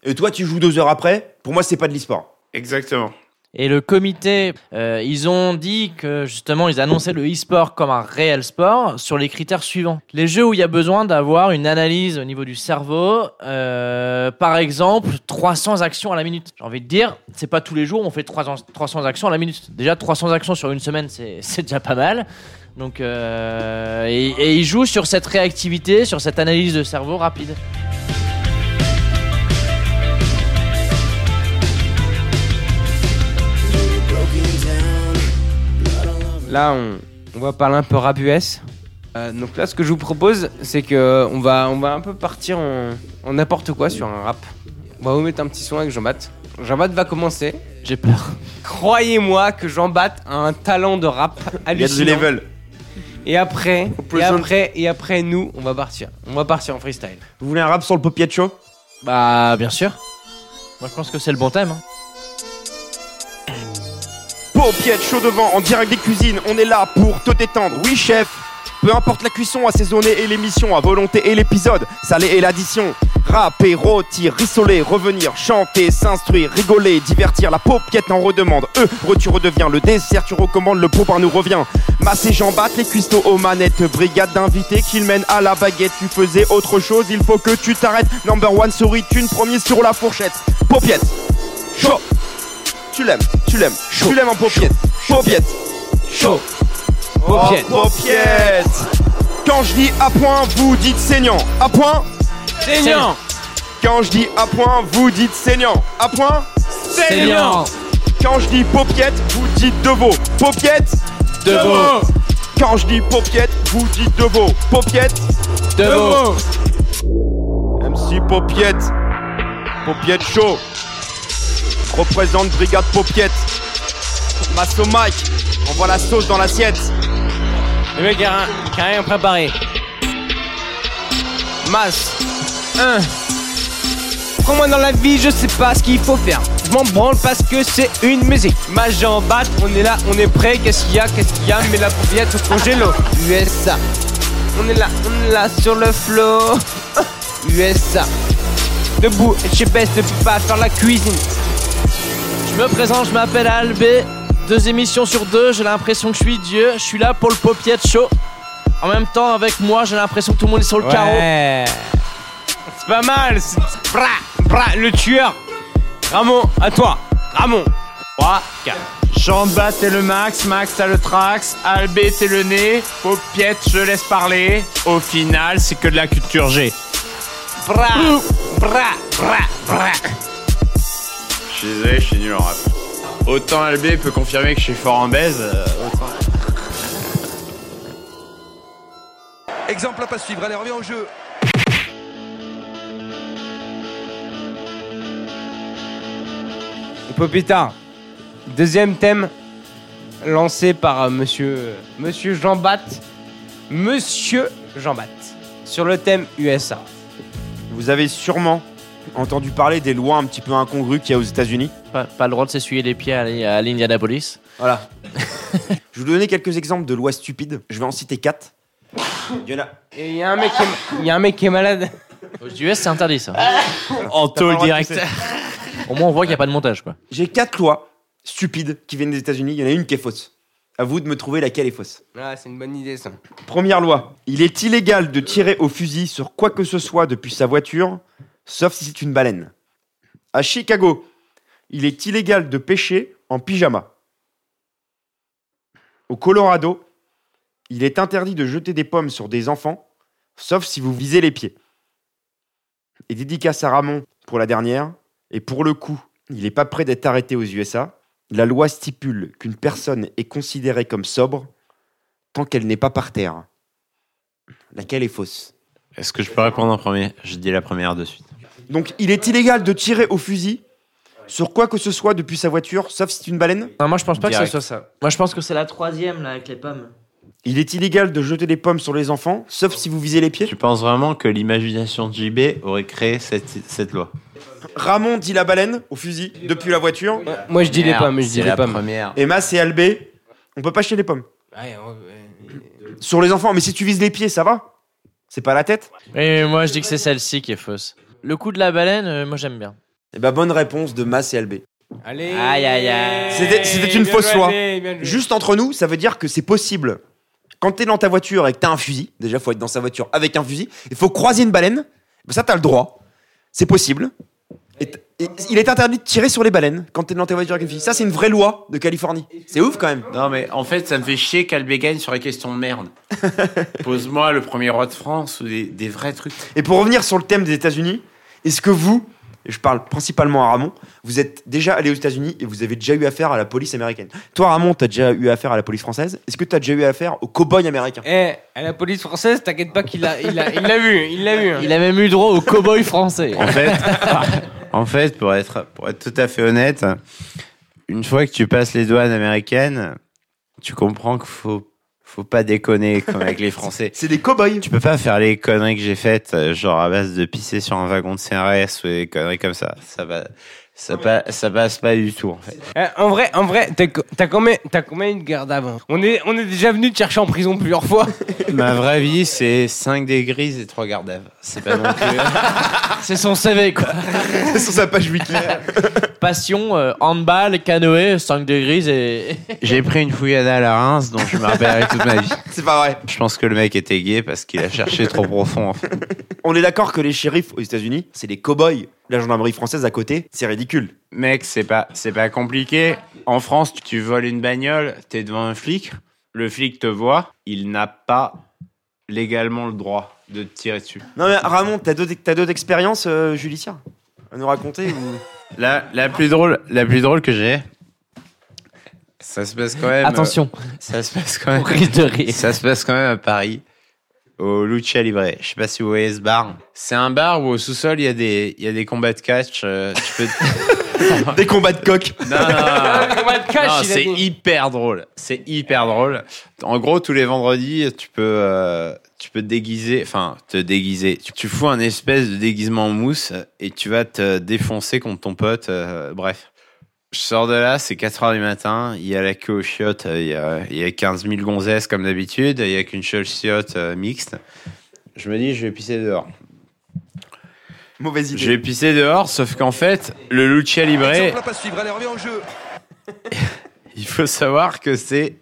et toi tu joues deux heures après, pour moi, c'est pas de l'e-sport.
Exactement.
Et le comité, euh, ils ont dit que justement, ils annonçaient le e-sport comme un réel sport sur les critères suivants. Les jeux où il y a besoin d'avoir une analyse au niveau du cerveau, euh, par exemple, 300 actions à la minute. J'ai envie de dire, c'est pas tous les jours on fait 300, 300 actions à la minute. Déjà, 300 actions sur une semaine, c'est c'est déjà pas mal. Donc, euh, et, et ils jouent sur cette réactivité, sur cette analyse de cerveau rapide.
Là, on, on va parler un peu rap US. Euh, donc là, ce que je vous propose, c'est que euh, on va, on va un peu partir en en n'importe quoi sur un rap. On va vous mettre un petit son avec Jean-Bapt. Jean-Bapt va commencer.
J'ai peur.
Croyez-moi que Jean-Bapt a un talent de rap hallucinant. Et après, et
se-
après, et après, nous, on va partir. On va partir en freestyle.
Vous voulez un rap sur le Popiat Show
Bah, bien sûr. Moi, je pense que c'est le bon thème. hein.
Paupiette chaud devant, en direct des cuisines, on est là pour te détendre, oui chef Peu importe la cuisson, assaisonner et l'émission, à volonté et l'épisode, salé et l'addition Rapper, rôtir, rissoler, revenir, chanter, s'instruire, rigoler, divertir, la paupiette en redemande Heureux tu redeviens, le dessert tu recommandes, le pot par nous revient Masser, j'en batte les cuistots aux manettes, brigade d'invités qu'ils mènent à la baguette Tu faisais autre chose, il faut que tu t'arrêtes Number one souris, une premier sur la fourchette Paupiette, chaud tu l'aimes, tu l'aimes, tu l'aimes en paupiette, paupiette, chaud,
Paupiette.
Oh, paupiette. Quand je dis à point, vous dites saignant, à point.
Seigneur,
Quand je dis à point, vous dites saignant, à point.
Seigneur,
Quand je dis paupiette, vous dites de veau, paupiette,
de vos,
Quand je dis paupiette, vous dites de veau, paupiette,
de vos.
MC paupiette, paupiette chaud. Représente brigade paupiette. Masso Mike, envoie la sauce dans l'assiette.
Eh
Le mec, il a rien- il a rien préparé. Mas. 1. Prends-moi dans la vie, je sais pas ce qu'il faut faire. Je m'en branle parce que c'est une musique. Ma jambe batte, on est là, on est prêt. Qu'est-ce qu'il y a, qu'est-ce qu'il y a Mais la paupiette au congélo. USA. On est là, on est là sur le flow. USA. Debout, et chez Best, ne peux pas faire la cuisine.
Je me présente, je m'appelle Albé. Deux émissions sur deux, j'ai l'impression que je suis Dieu. Je suis là pour le paupiette chaud. En même temps, avec moi, j'ai l'impression que tout le monde est sur le carreau.
Ouais. C'est pas mal. c'est- Bra, bra, le tueur. Ramon, à toi. Ramon. 3, 4.
Jean-Bas, c'est le max, Max, t'as le trax, Albé, c'est le nez, Paupiette, je laisse parler. Au final, c'est que de la culture G.
Bra, bra, bra, bra.
Je suis désolé, je suis nul en rap. Autant Albé peut confirmer que je suis fort en baise. euh, autant-
Exemple à pas suivre. Allez, revient au jeu.
Popita, deuxième thème lancé par euh, monsieur, euh, monsieur Jean Batt. Monsieur Jean Batt. Sur le thème USA.
Vous avez sûrement entendu parler des lois un petit peu incongrues qu'il y a aux États-Unis.
Pas, pas le droit de s'essuyer les pieds à l'I- à l'Indianapolis.
Voilà. Je vais vous donner quelques exemples de lois stupides. Je vais en citer quatre. Il y en a.
Et il y, a un mec qui est- il y a un mec qui est malade.
Aux US, c'est interdit ça.
En tôle
direct.
Au moins, on voit qu'il n'y a pas de montage quoi.
J'ai quatre lois stupides qui viennent des États-Unis. Il y en a une qui est fausse. À vous de me trouver laquelle est fausse.
Ah, c'est une bonne idée ça.
Première loi. Il est illégal de tirer au fusil sur quoi que ce soit depuis sa voiture, sauf si c'est une baleine. À Chicago, il est illégal de pêcher en pyjama. Au Colorado, il est interdit de jeter des pommes sur des enfants, sauf si vous visez les pieds. Et dédicace à Ramon pour la dernière, et pour le coup, il n'est pas prêt d'être arrêté aux USA. La loi stipule qu'une personne est considérée comme sobre tant qu'elle n'est pas par terre. Laquelle est fausse
Est-ce que je peux répondre en premier Je dis la première de suite.
Donc il est illégal de tirer au fusil sur quoi que ce soit depuis sa voiture, sauf si c'est une baleine.
Non, moi, je pense pas
Direct.
que ce soit ça.
Moi, je pense que c'est la troisième, là, avec les pommes.
Il est illégal de jeter des pommes sur les enfants, sauf si vous visez les pieds.
Tu penses vraiment que l'imagination de JB aurait créé cette, cette loi
Ramon dit la baleine au fusil depuis la voiture.
Moi je dis les
Merde,
pommes, je dis
C'est
les
la
pommes.
première.
Emma, c'est Albé. On peut pas chier les pommes. Sur les enfants, mais si tu vises les pieds, ça va C'est pas la tête
Oui, mais moi, je dis que c'est celle-ci qui est fausse. Le coup de la baleine, euh, moi, j'aime bien.
Eh bah bonne réponse de Mas et Albé.
Allez.
Aïe, aïe, aïe.
C'était- c'était une
Bien
fausse
joué,
loi.
allez, bien joué.
Juste entre nous, ça veut dire que c'est possible. Quand t'es dans ta voiture et que t'as un fusil, déjà faut être dans sa voiture avec un fusil, il faut croiser une baleine, ben ça t'as le droit, c'est possible. Et t- et il est interdit de tirer sur les baleines quand t'es dans ta voiture avec une fusil. Ça c'est une vraie loi de Californie. C'est ouf quand même.
Non, mais en fait, ça me fait chier qu'Albé gagne sur les questions de merde. Pose-moi le premier roi de France ou des, des vrais trucs.
Et pour revenir sur le thème des États-Unis, est-ce que vous, et je parle principalement à Ramon, vous êtes déjà allé aux États-Unis et vous avez déjà eu affaire à la police américaine Toi Ramon, t'as déjà eu affaire à la police française. Est-ce que t'as déjà eu affaire aux cow-boys américains
Eh, à la police française, t'inquiète pas qu'il l'a il l'a- il l'a vu, il l'a vu.
Il a même eu droit au cow-boy français.
En fait, en fait pour, être, pour être tout à fait honnête, une fois que tu passes les douanes américaines, tu comprends qu'il faut, faut pas déconner comme avec les Français.
C'est des cow-boys.
Tu peux pas faire les conneries que j'ai faites, euh, genre à base de pisser sur un wagon de CRS ou des conneries comme ça. Ça va, ça, pa- ça passe pas du tout en fait.
Eh, en vrai, en vrai, t'as co- t'as combien, t'as combien eu de garde avant On est, on est déjà venu te chercher en prison plusieurs fois.
Ma vraie vie, c'est 5 des grises et 3 gardaves. C'est pas non plus.
Ah,
C'est son CV, quoi.
sur sa page wiki.
Passion, euh, handball, canoë, 5 degrés et.
J'ai pris une fouillade à la Reims dont je me rappellerai toute ma vie.
C'est pas vrai.
Je pense que le mec était gay parce qu'il a cherché trop profond en fait.
On est d'accord que les shérifs aux États-Unis, c'est les cow-boys. La gendarmerie française à côté, c'est ridicule.
Mec, c'est pas, c'est pas compliqué. En France, tu- tu voles une bagnole, t'es devant un flic, le flic te voit, il n'a pas légalement le droit de te tirer dessus.
Non mais Ramon, t'as d'autres, t'as d'autres expériences euh, judiciaires à nous raconter ou...
La, la plus drôle, la plus drôle que j'ai. Ça se passe quand même.
Attention,
euh, ça se passe quand
on
même.
risque de rire.
Et ça se passe quand même à Paris, au Lucha Libre. Je sais pas si vous voyez ce bar. C'est un bar où au sous-sol, il y, a des- il y a des combats de catch. euh, tu peux...
Des combats de coq.
non, non, non.
On va Ah, te cacher,
Non,
il a
c'est
dit.
hyper drôle. C'est hyper drôle. En gros, tous les vendredis, tu peux, euh, tu peux te déguiser, enfin, te déguiser. Tu, tu fous un espèce de déguisement en mousse et tu vas te défoncer contre ton pote. euh, bref. Je sors de là, c'est 4 heures du matin, il y a la queue aux chiottes, euh, il y a, il y a 15 000 gonzesses comme d'habitude, il y a qu'une seule chiotte euh, mixte. Je me dis, je vais pisser dehors.
Mauvaise
Je vais
idée.
pisser dehors, sauf qu'en fait, le Lucia Libre,
Ah,
Exemple à pas suivre. Allez, revient au jeu.
Il faut savoir que c'est,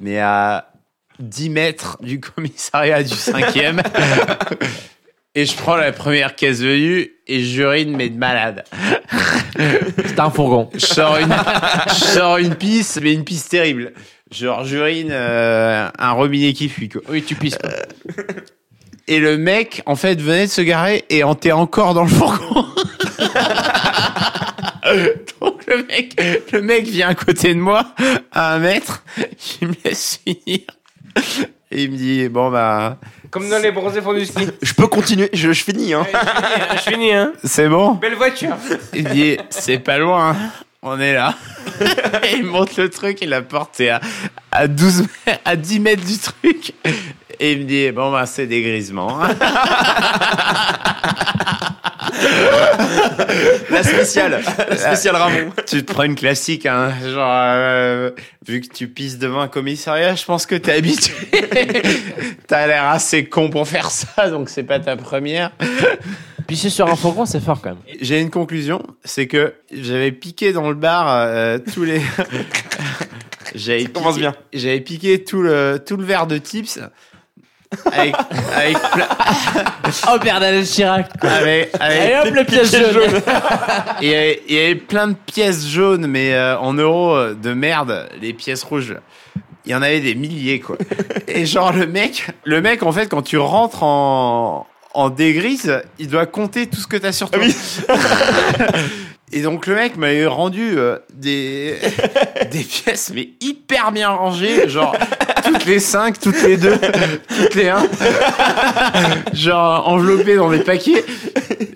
mais à 10 mètres du commissariat du 5e. et je prends la première caisse venue et j'urine, mais de malade.
C'est un fourgon.
Je sors une, je sors une pisse, mais une pisse terrible. Genre, j'urine euh, un robinet qui fuit, quoi. Euh,
Oui, tu pisses. quoi.
Et le mec, en fait, venait de se garer et en était encore dans le fourgon. Donc le mec, le mec vient à côté de moi, à un mètre, il me laisse finir. Et il me dit, bon, bah,
Comme dans les bronzés font du ski.
je peux continuer, je, je finis, hein.
Je finis, hein.
C'est bon.
Belle voiture.
Il me dit, c'est pas loin, on est là. Et il monte le truc, il la porte à, à 12, à 10 mètres du truc. Et il me dit, bon, bah, c'est des grisements.
La spéciale. La spéciale Ramon.
Tu te prends une classique, hein. Genre, euh, vu que tu pisses devant un commissariat, je pense que t'es habitué. T'as l'air assez con pour faire ça, donc c'est pas ta première.
Pisser sur un fourgon, c'est fort quand même.
J'ai une conclusion, c'est que j'avais piqué dans le bar euh, tous les. J'avais
Ça commence
piqué-
bien.
J'avais piqué tout le tout le verre de tips. Avec, avec, pla-
Oh, Bernadette Chirac.
avec, avec-
Allez hop, les pièces jaunes.
il, y avait, il y avait plein de pièces jaunes, mais euh, en euros euh, de merde, les pièces rouges. Il y en avait des milliers, quoi. Et genre, le mec, le mec, en fait, quand tu rentres en, en dégrise, il doit compter tout ce que t'as sur toi. Et donc, le mec m'avait rendu euh, des, des pièces, mais hyper bien rangées, genre, toutes les cinq, toutes les deux, toutes les un. genre, enveloppées dans des paquets.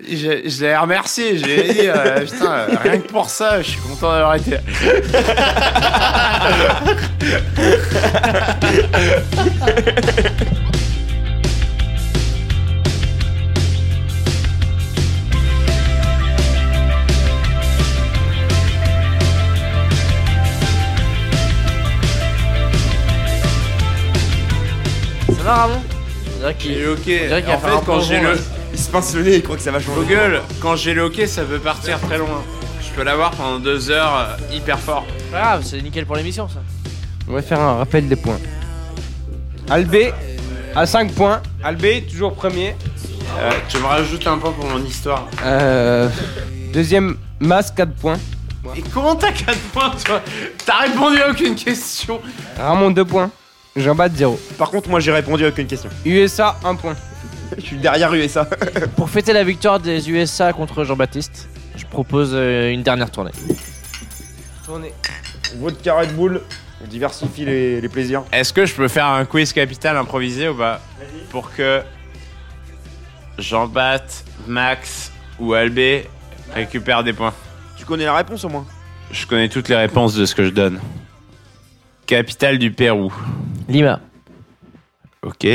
Je, je l'ai remercié, j'ai dit euh, putain, euh, rien que pour ça, je suis content d'avoir été.
Ça va, Ramon On dirait qu'il-
J'ai ok.
dirait qu'il va
En
falloir
fait, hein. quand
prendre
j'ai le
Il se pince le nez, il croit que ça va changer.
Google, quand j'ai le ok, ça peut partir très loin. Je peux l'avoir pendant deux heures euh, hyper fort.
Pas grave, c'est nickel pour l'émission ça.
On va faire un rappel des points. Albé à 5 points. Albé, toujours premier.
Euh, tu me rajoutes un point pour mon histoire.
Euh, deuxième, Mas, 4 points.
Et comment t'as 4 points, toi T'as répondu à aucune question.
Ramon, 2 points. Jean-Baptiste, 0.
Par contre, moi j'ai répondu à aucune question.
USA, 1 point.
Je suis derrière USA.
Pour fêter la victoire des USA contre Jean-Baptiste, je propose euh, une dernière tournée.
Tournée.
Votre carré de boule. On diversifie les, les plaisirs.
Est-ce que je peux faire un quiz capital improvisé ou pas Pour que jean bapt Max ou Albé récupèrent des points.
Tu connais la réponse au moins
Je connais toutes les réponses de ce que je donne. Capitale du Pérou.
Lima.
Ok,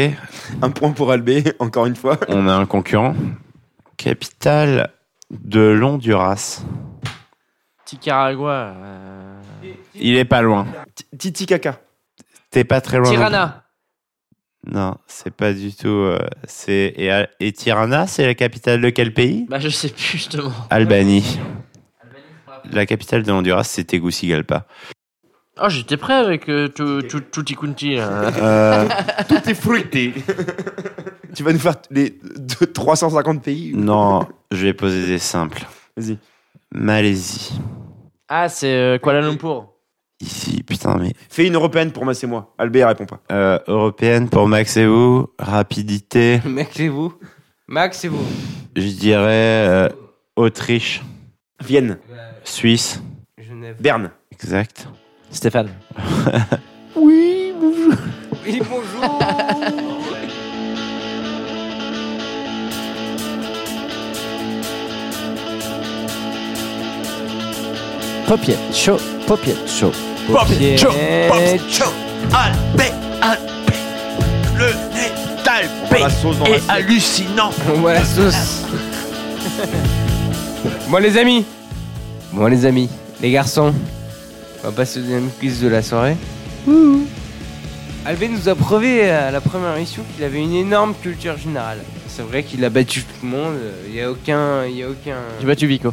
Un point pour Albé, encore une fois.
on a un concurrent. Capitale de l'Honduras.
Nicaragua. euh,
Il est pas loin.
Titi Kaka.
T'es pas très loin. non
Tirana.
plus. Non, c'est pas du tout. euh, c'est et, Al- et Tirana, c'est la capitale de quel pays
Bah, je sais plus justement.
Albanie. La capitale de l'Honduras, c'est Tegucigalpa.
Oh, j'étais prêt avec euh, tout- tout- Tutti Kunti. euh.
Euh,
Tout est fruité. tu vas nous faire les deux- 350 pays
non, je vais poser des simples.
Vas-y.
Malaisie.
Ah, c'est euh, Kuala Lumpur.
Ici, putain, mais
Fais une européenne pour moi, c'est moi. Albé, il répond pas.
Euh, européenne pour Max et vous. Rapidité,
Mec, c'est vous. Max, c'est vous.
je dirais euh, Autriche,
Vienne.
Suisse,
Genève.
Berne.
exact.
Stéphane.
Oui, bonjour.
Popiet chaud. Popiet chaud. Popiet chaud.
La sauce dans la
On voit la sauce. bon les amis. Bon les amis, les garçons. On va passer au deuxième quiz de la soirée. Alvé nous a prouvé euh, à la première émission qu'il avait une énorme culture générale. C'est vrai qu'il a battu tout le monde. Il y a aucun, il y a aucun.
J'ai battu Vico.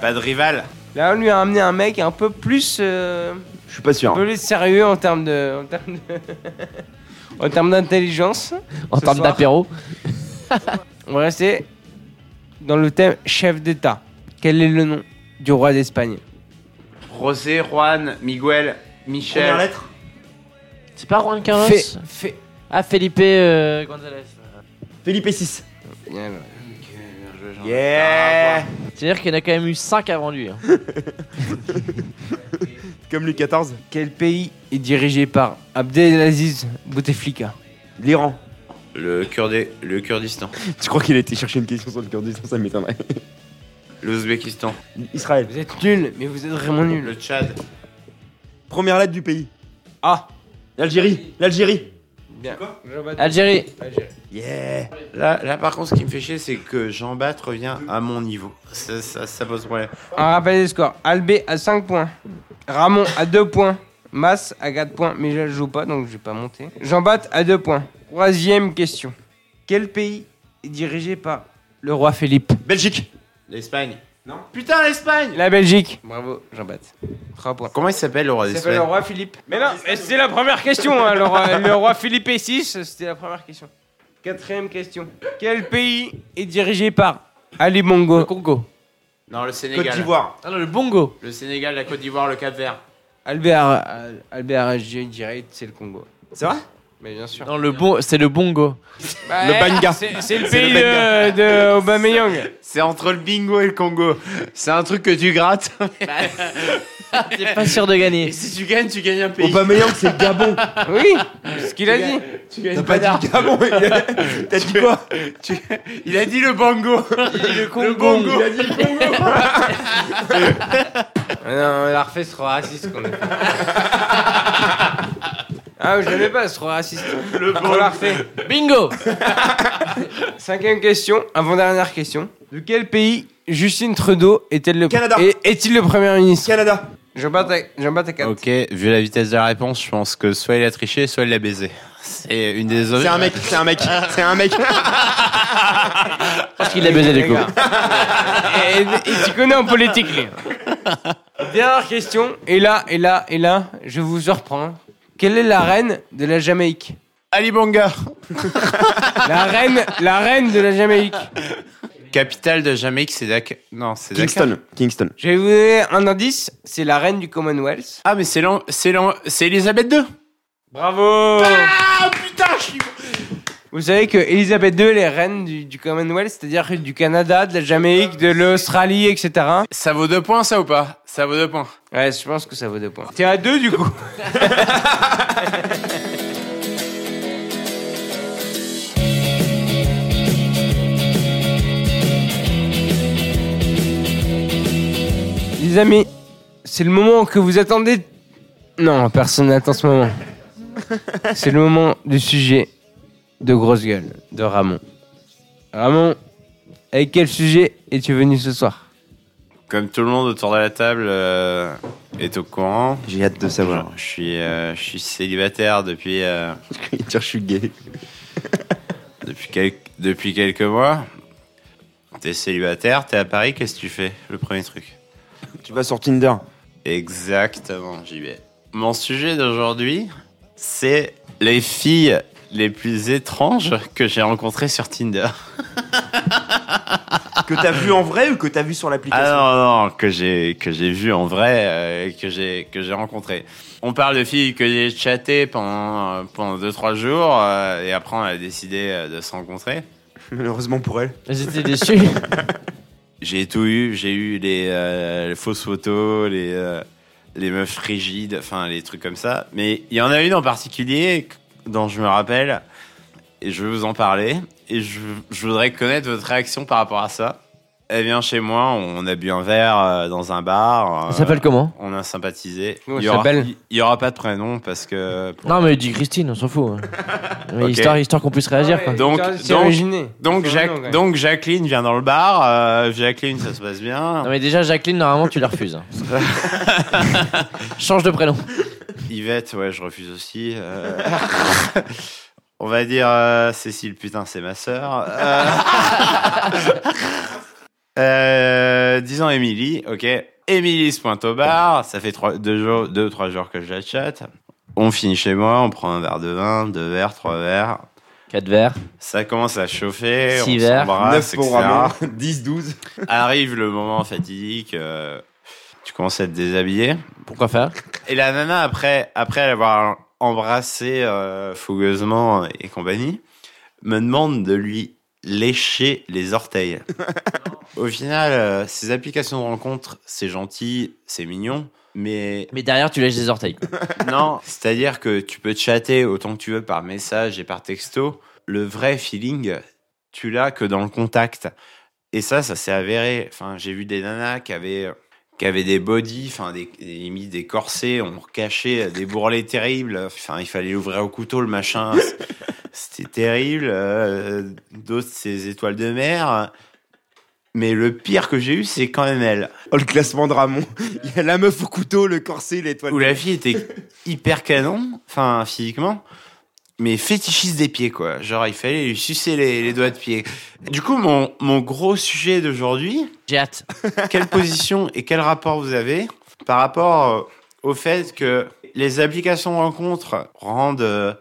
Pas de rival.
Là on lui a ramené un mec un peu plus, euh,
Je suis pas
un
sûr.
peu plus sérieux en termes de, en termes de- en termes d'intelligence.
En
Ce
termes
soir.
d'apéro.
On va rester dans le thème chef d'État. Quel est le nom du roi d'Espagne
José, Juan, Miguel, Michel.
lettre
C'est pas Juan Carlos
Fé- fé-
Ah, Felipe euh, González.
Felipe 6.
Ouais, ouais.
Ah,
j'en ai rien à
Yeah
voir.
C'est-à-dire qu'il y en a quand même eu 5 avant lui. hein.
Comme Louis XIV.
Quel pays est dirigé par Abdelaziz Bouteflika
L'Iran.
Le, Kurdé- le Kurdistan.
Tu crois qu'il a été chercher une question sur le Kurdistan Ça m'étonnerait.
L'Ouzbékistan.
Israël.
Vous êtes nuls, mais vous êtes vraiment nuls.
Le Tchad.
Première lettre du pays.
Ah
L'Algérie. L'Algérie.
Bien.
Algérie.
Yeah
Là, là, par contre, ce qui me fait chier, c'est que Jean Bat revient à mon niveau. Ça, ça, ça pose problème.
Un rappel des scores. Albé à 5 points. Ramon à 2 points. Mas à 4 points, mais je joue pas, donc je vais pas monter. jean bat à 2 points. Troisième question. Quel pays est dirigé par le roi Philippe
Belgique.
L'Espagne. Non. Putain, l'Espagne
La Belgique. Bravo, jean bat 3 points.
Comment il s'appelle, le roi
Il s'appelle le
d'Espagne
roi Philippe. Mais non, mais c'est la première question. hein, le, roi, le roi Philippe VI, c'était la première question. Quatrième question. Quel pays est dirigé par Ali Bongo
Le Congo.
Non, le
Côte
Sénégal.
d'Ivoire.
Ah non, le Bongo.
Le Sénégal, la Côte d'Ivoire, le Cap Vert.
Albert, Albert, je dirais, c'est le Congo.
C'est vrai
Mais bien sûr.
Non, le bon, c'est le Bongo.
Le Banga.
C'est c'est le
C'est le
pays de, de Aubameyang.
euh, C'est entre le bingo et le Congo. C'est un truc que tu grattes.
T'es pas sûr de gagner.
Et si tu gagnes, tu gagnes un pays.
Aubameyang, c'est le Gabon.
Oui, c'est ce qu'il a dit.
Tu gagnes
T'as pas dit le Gabon. il- T'as dit quoi
Il a dit le Bongo.
Le
Bongo.
Il a dit le Congo. Ah non, on l'a refait ce raciste qu'on a fait. Ah, je l'avais pas ce raciste. Le on l'a refait.
Bingo.
Cinquième question, avant-dernière question. De quel pays Justin Trudeau est-elle le
Canada.
est- Est-il le premier ministre
Canada.
J'en bats ta- j'en bats ta carte.
Ok, vu la vitesse de la réponse, je pense que soit il a triché, soit il l'a baisé. C'est une des
C'est un mec. C'est un mec. C'est un mec.
Parce qu'il l'a baisé du coup.
Et, et tu connais en politique, lui. Dernière question. Et là, et là, et là, je vous surprends. Quelle est la reine de la Jamaïque
Ali Bonga.
La reine, la reine de la Jamaïque.
Capitale de Jamaïque, c'est Dakar. Non, c'est Dakar.
Kingston. Kingston.
Je vais vous donner un indice. C'est la reine du Commonwealth.
Ah, mais c'est l'an- c'est l'an- c'est Elisabeth II.
Bravo
Ah putain, je suis.
Vous savez que Elisabeth II, elle est reine du, du Commonwealth, c'est-à-dire du Canada, de la Jamaïque, de l'Australie, etc.
Ça vaut deux points, ça ou pas Ça vaut deux points.
Ouais, je pense que ça vaut deux points. T'es à deux, du coup. Les amis, c'est le moment que vous attendez. Non, personne n'attend ce moment. C'est le moment du sujet de grosse gueule de Ramon. Ramon, avec quel sujet es-tu venu ce soir
Comme tout le monde autour de la table euh, est au courant,
J'ai hâte de savoir.
je suis, euh, je suis célibataire depuis, euh,
Il dire je suis gay.
depuis, quel- depuis quelques mois. T'es célibataire, t'es à Paris, qu'est-ce que tu fais Le premier truc.
Tu vas sur Tinder.
Exactement, j'y vais. Mon sujet d'aujourd'hui, c'est les filles les plus étranges que j'ai rencontrées sur Tinder.
Que t'as vu en vrai ou que t'as vu sur
Ah
l'application
non, non, que j'ai que j'ai vu en vrai, euh, et que j'ai que j'ai rencontré. On parle de filles que j'ai chattées pendant euh, pendant deux trois jours euh, et après on a décidé euh, de se rencontrer.
Malheureusement pour elle.
J'étais déçu.
J'ai tout eu, j'ai eu les, euh, les fausses photos, les euh, les meufs rigides, enfin les trucs comme ça. Mais il y en a une en particulier dont je me rappelle et je vais vous en parler et je, je voudrais connaître votre réaction par rapport à ça. Elle vient chez moi, on a bu un verre euh, dans un bar.
Ça
euh,
s'appelle comment
on a sympathisé.
Comment
il, y
elle
aura,
s'appelle
il- il y aura pas de prénom parce que.
Non, mais dis Christine, on s'en fout. Mais
Ok.
Histoire, histoire qu'on puisse
Ah
réagir quoi.
Donc-
C'est
donc-
originé.
Donc,
C'est
Jac-
original, ouais.
donc Jacqueline vient dans le bar. euh, Jacqueline, ça se passe bien.
Non, mais déjà, Jacqueline, normalement, tu la refuses. hein. Change de prénom.
Yvette, ouais, je refuse aussi. euh. On va dire euh, Cécile, putain, c'est ma sœur. Euh, euh, disons Émilie, ok. Émilie se pointe au bar, ça fait trois, deux, jours, deux, trois jours que je la chatte. On finit chez moi, on prend un verre de vin, deux verres, trois verres.
4 verres.
Ça commence à chauffer,
Six
on
verres.
Ah,
s'embrasse, etc.
10, 12.
Arrive le moment fatidique, euh, tu commences à te déshabiller.
Pourquoi faire
Et la nana, après, après l'avoir embrassé euh, fougueusement et compagnie, me demande de lui lécher les orteils. au final, euh, ces applications de rencontres, c'est gentil, c'est mignon, mais
Mais derrière, tu lèches des orteils. quoi.
non, c'est-à-dire que tu peux chatter autant que tu veux par message et par texto. Le vrai feeling, tu l'as que dans le contact. Et ça, ça s'est avéré. Enfin, j'ai vu des nanas qui avaient, qui avaient des body, enfin, des, des, mis des corsets, on cachait des bourrelets terribles. Enfin, il fallait l'ouvrir au couteau, le machin. C'était terrible. Euh, D'autres, ces étoiles de mer. Mais le pire que j'ai eu, c'est quand même elle.
Oh, le classement de Ramon. Il y a la meuf au couteau, le corset, l'étoile.
Où la fille était hyper canon, enfin physiquement, mais fétichiste des pieds, quoi. Genre, il fallait lui sucer les, les doigts de pied. Du coup, mon, mon gros sujet d'aujourd'hui,
J'ai hâte.
quelle position et quel rapport vous avez par rapport euh, au fait que les applications rencontres rendent euh,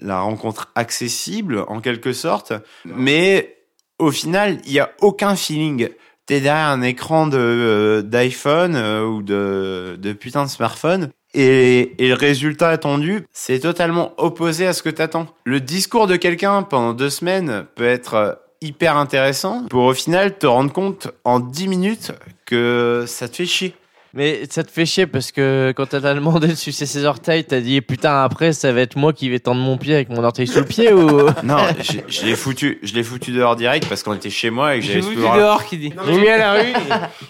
la rencontre accessible en quelque sorte, mais au final, il n'y a aucun feeling. T'es derrière un écran de euh, d'iPhone euh, ou de, de putain de smartphone. Et, et le résultat attendu, c'est totalement opposé à ce que t'attends. Le discours de quelqu'un pendant deux semaines peut être euh, hyper intéressant pour au final te rendre compte en dix minutes que ça te fait chier.
Mais ça te fait chier parce que quand t'as demandé de sucer ses orteils, t'as dit putain, après, ça va être moi qui vais tendre mon pied avec mon orteil sous le pied ou.
Non, je, je l'ai foutu, je l'ai foutu dehors direct parce qu'on était chez moi et que
J'ai
j'avais
foutu
ce pouvoir-là.
dehors qui dit. J'ai mis à la rue.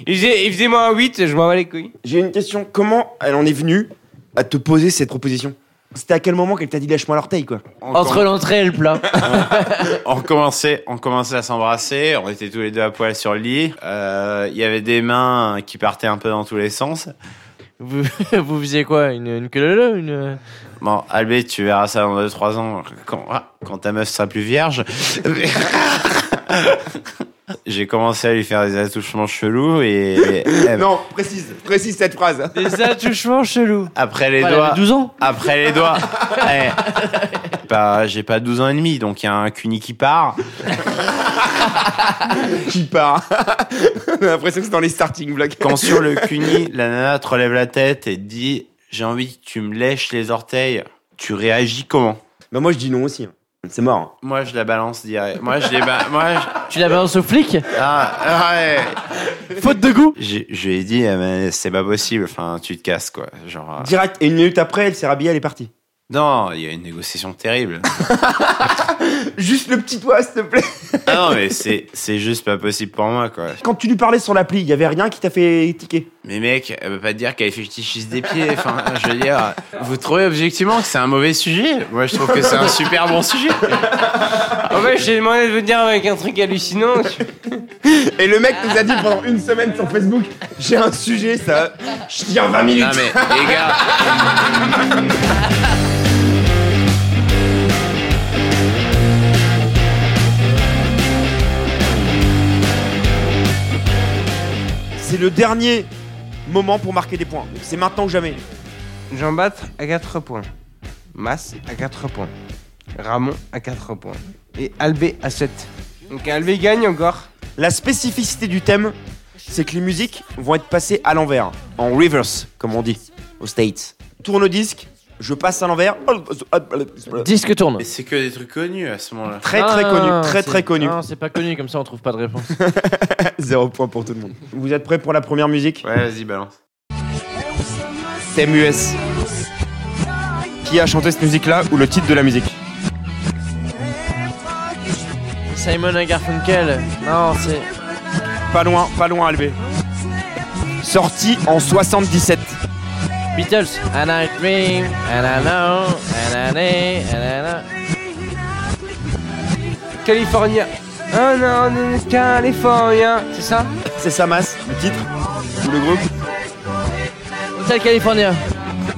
Il faisait, il faisait moins 8, je m'en bats les couilles.
J'ai une question. Comment elle en est venue à te poser cette proposition C'était à quel moment qu'elle t'a dit lâche-moi l'orteil, quoi
On
Entre l'entrée et le plat.
on commençait, on commençait à s'embrasser. On était tous les deux à poil sur le lit. Euh, Il y avait des mains qui partaient un peu dans tous les sens.
vous, vous faisiez quoi Une, une queue leu-leu, une... euh,
Bon, Albé, tu verras ça dans 2-3 ans quand, ah, quand ta meuf sera plus vierge. J'ai commencé à lui faire des attouchements chelous et elle-
Non, précise, précise cette phrase. hein.
Des attouchements chelous.
après les
Ouais, elle
doigts,
avait 12 ans
après les doigts. eh, pas- J'ai pas 12 ans et demi, donc il y a un cuni qui part.
Qui part On a l'impression que c'est dans les starting blocks.
Quand sur le cuni, la nana te relève la tête et te dit J'ai envie que tu me lèches les orteils. Tu réagis comment
Bah, moi, je dis non aussi. C'est mort. hein.
Moi, je la balance direct. Moi, je les ba- Moi, je-
Tu la balances au flic
Ah, ouais.
Faute de goût
Je, je lui ai dit, eh, mais c'est pas possible, enfin, tu te casses, quoi. Genre, euh,
Direct, et une minute après, elle s'est rhabillée, elle est partie.
non, il y a une négociation terrible.
Juste le petit doigt, s'il te plaît.
ah non, mais c'est, c'est juste pas possible pour moi, quoi.
Quand tu lui parlais sur l'appli, il y avait rien qui t'a fait tiquer.
Mais mec, elle peut pas te dire qu'elle est fétichiste des pieds, enfin, je veux dire, vous trouvez objectivement que c'est un mauvais sujet Moi, je trouve que c'est un super bon sujet.
En fait, j'ai demandé de venir avec un truc hallucinant.
Et le mec nous a dit pendant une semaine sur Facebook J'ai un sujet, ça. Je tiens 20 minutes.
Non, mais, les gars.
C'est le dernier moment pour marquer des points. C'est maintenant ou jamais.
Jean Bat à 4 points. Mas à 4 points. Ramon à 4 points. Et Albé à 7. Donc Albé gagne encore.
La spécificité du thème, c'est que les musiques vont être passées à l'envers, en reverse, comme on dit, aux States. Tourne au disque, je passe à l'envers.
Disque tourne.
Mais c'est que des trucs connus à ce moment-là.
Très très
Ah,
connu, très
c'est-
très connu.
Non, c'est pas connu, comme ça on trouve pas de réponse.
Zéro point pour tout le monde. Vous êtes prêts pour la première musique
Ouais, vas-y, balance.
Thème US. Qui a chanté cette musique-là ou le titre de la musique
Simon et Garfunkel. Non, c'est.
Pas loin, pas loin, Albé. Sorti en 77.
Beatles. And I dream, and I know, and I need, and I know.
Californien. Oh non, non, non, Californien. C'est ça
C'est Samas, le titre ou le groupe
Hotel California.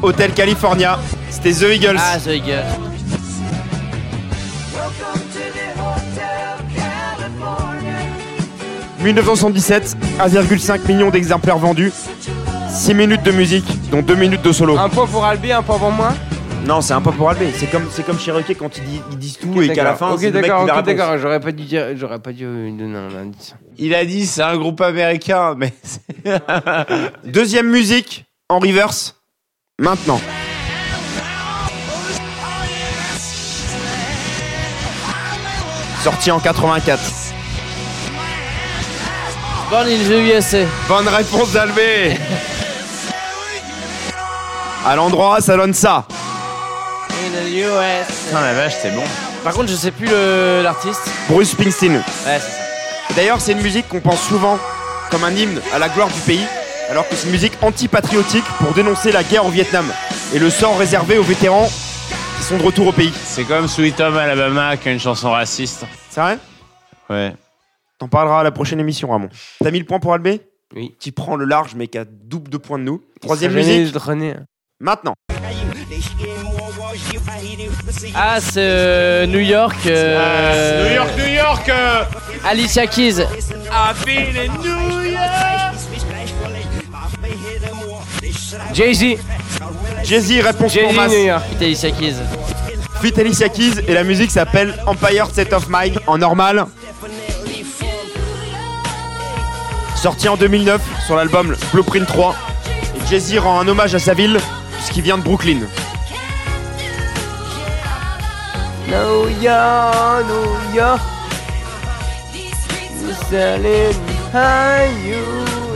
Hotel California. C'était The Eagles.
Ah, The Eagles.
California.
1977, 1,5 million d'exemplaires vendus. 6 minutes de musique, dont 2 minutes de solo.
Un point pour Albé, un point pour moi.
Non, c'est un peu pour Albé. C'est comme, c'est comme Cherokee quand ils, disent- ils disent tout et qu'à la fin,
Ok,
c'est le mec
d'accord,
qui
ok,
la réponse.
d'accord. J'aurais pas dû dire, j'aurais pas dû euh, donner un indice.
Il a dit, c'est un groupe américain, mais
Deuxième musique, en reverse, maintenant. Sorti en 84.
Bonne USA.
Bonne réponse d'Alvé. À l'endroit, ça donne ça.
In the US.
Putain, la vache, c'est bon.
Par contre, je sais plus le- l'artiste.
Bruce Springsteen.
Ouais, c'est ça.
D'ailleurs, c'est une musique qu'on pense souvent comme un hymne à la gloire du pays, alors que c'est une musique antipatriotique pour dénoncer la guerre au Vietnam et le sort réservé aux vétérans qui sont de retour au pays.
C'est comme Sweet Home Alabama qui a une chanson raciste.
C'est vrai
Ouais.
T'en parleras à la prochaine émission, Ramon. T'as mis le point pour Albé
Oui.
Qui prend le large, mais qui a double de points de nous. Troisième musique,
René.
maintenant.
Ah, c'est euh, New York. euh,
Ah, New York, New York euh,
Alicia Keys.
Jay-Z.
Jay-Z, réponse pour
Jay-Z,
Mas.
New York.
Putain, Alicia Keys.
Vitalis Keys et la musique s'appelle Empire Set of Mind en normal. Sorti en 2009 sur l'album Blueprint 3, et Jay-Z rend un hommage à sa ville puisqu'il vient de Brooklyn.
New York, New York. It's all inside you,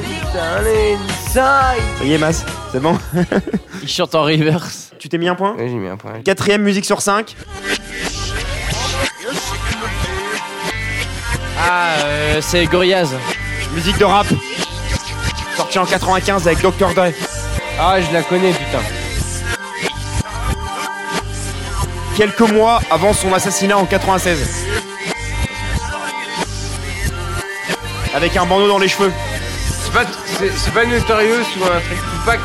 it's all inside.
Ça y est, Mas, c'est bon
Il chante en reverse.
Tu t'es mis un point
Ouais, j'ai mis un point.
Quatrième musique sur 5,
Ah, euh, c'est Gorillaz.
musique de rap. Sorti en 95 avec Dr. Dre.
Ah, je la connais, putain.
Quelques mois avant son assassinat en 96. Avec un bandeau dans les cheveux.
C'est pas, c'est, c'est pas Notorious ou un truc Tupac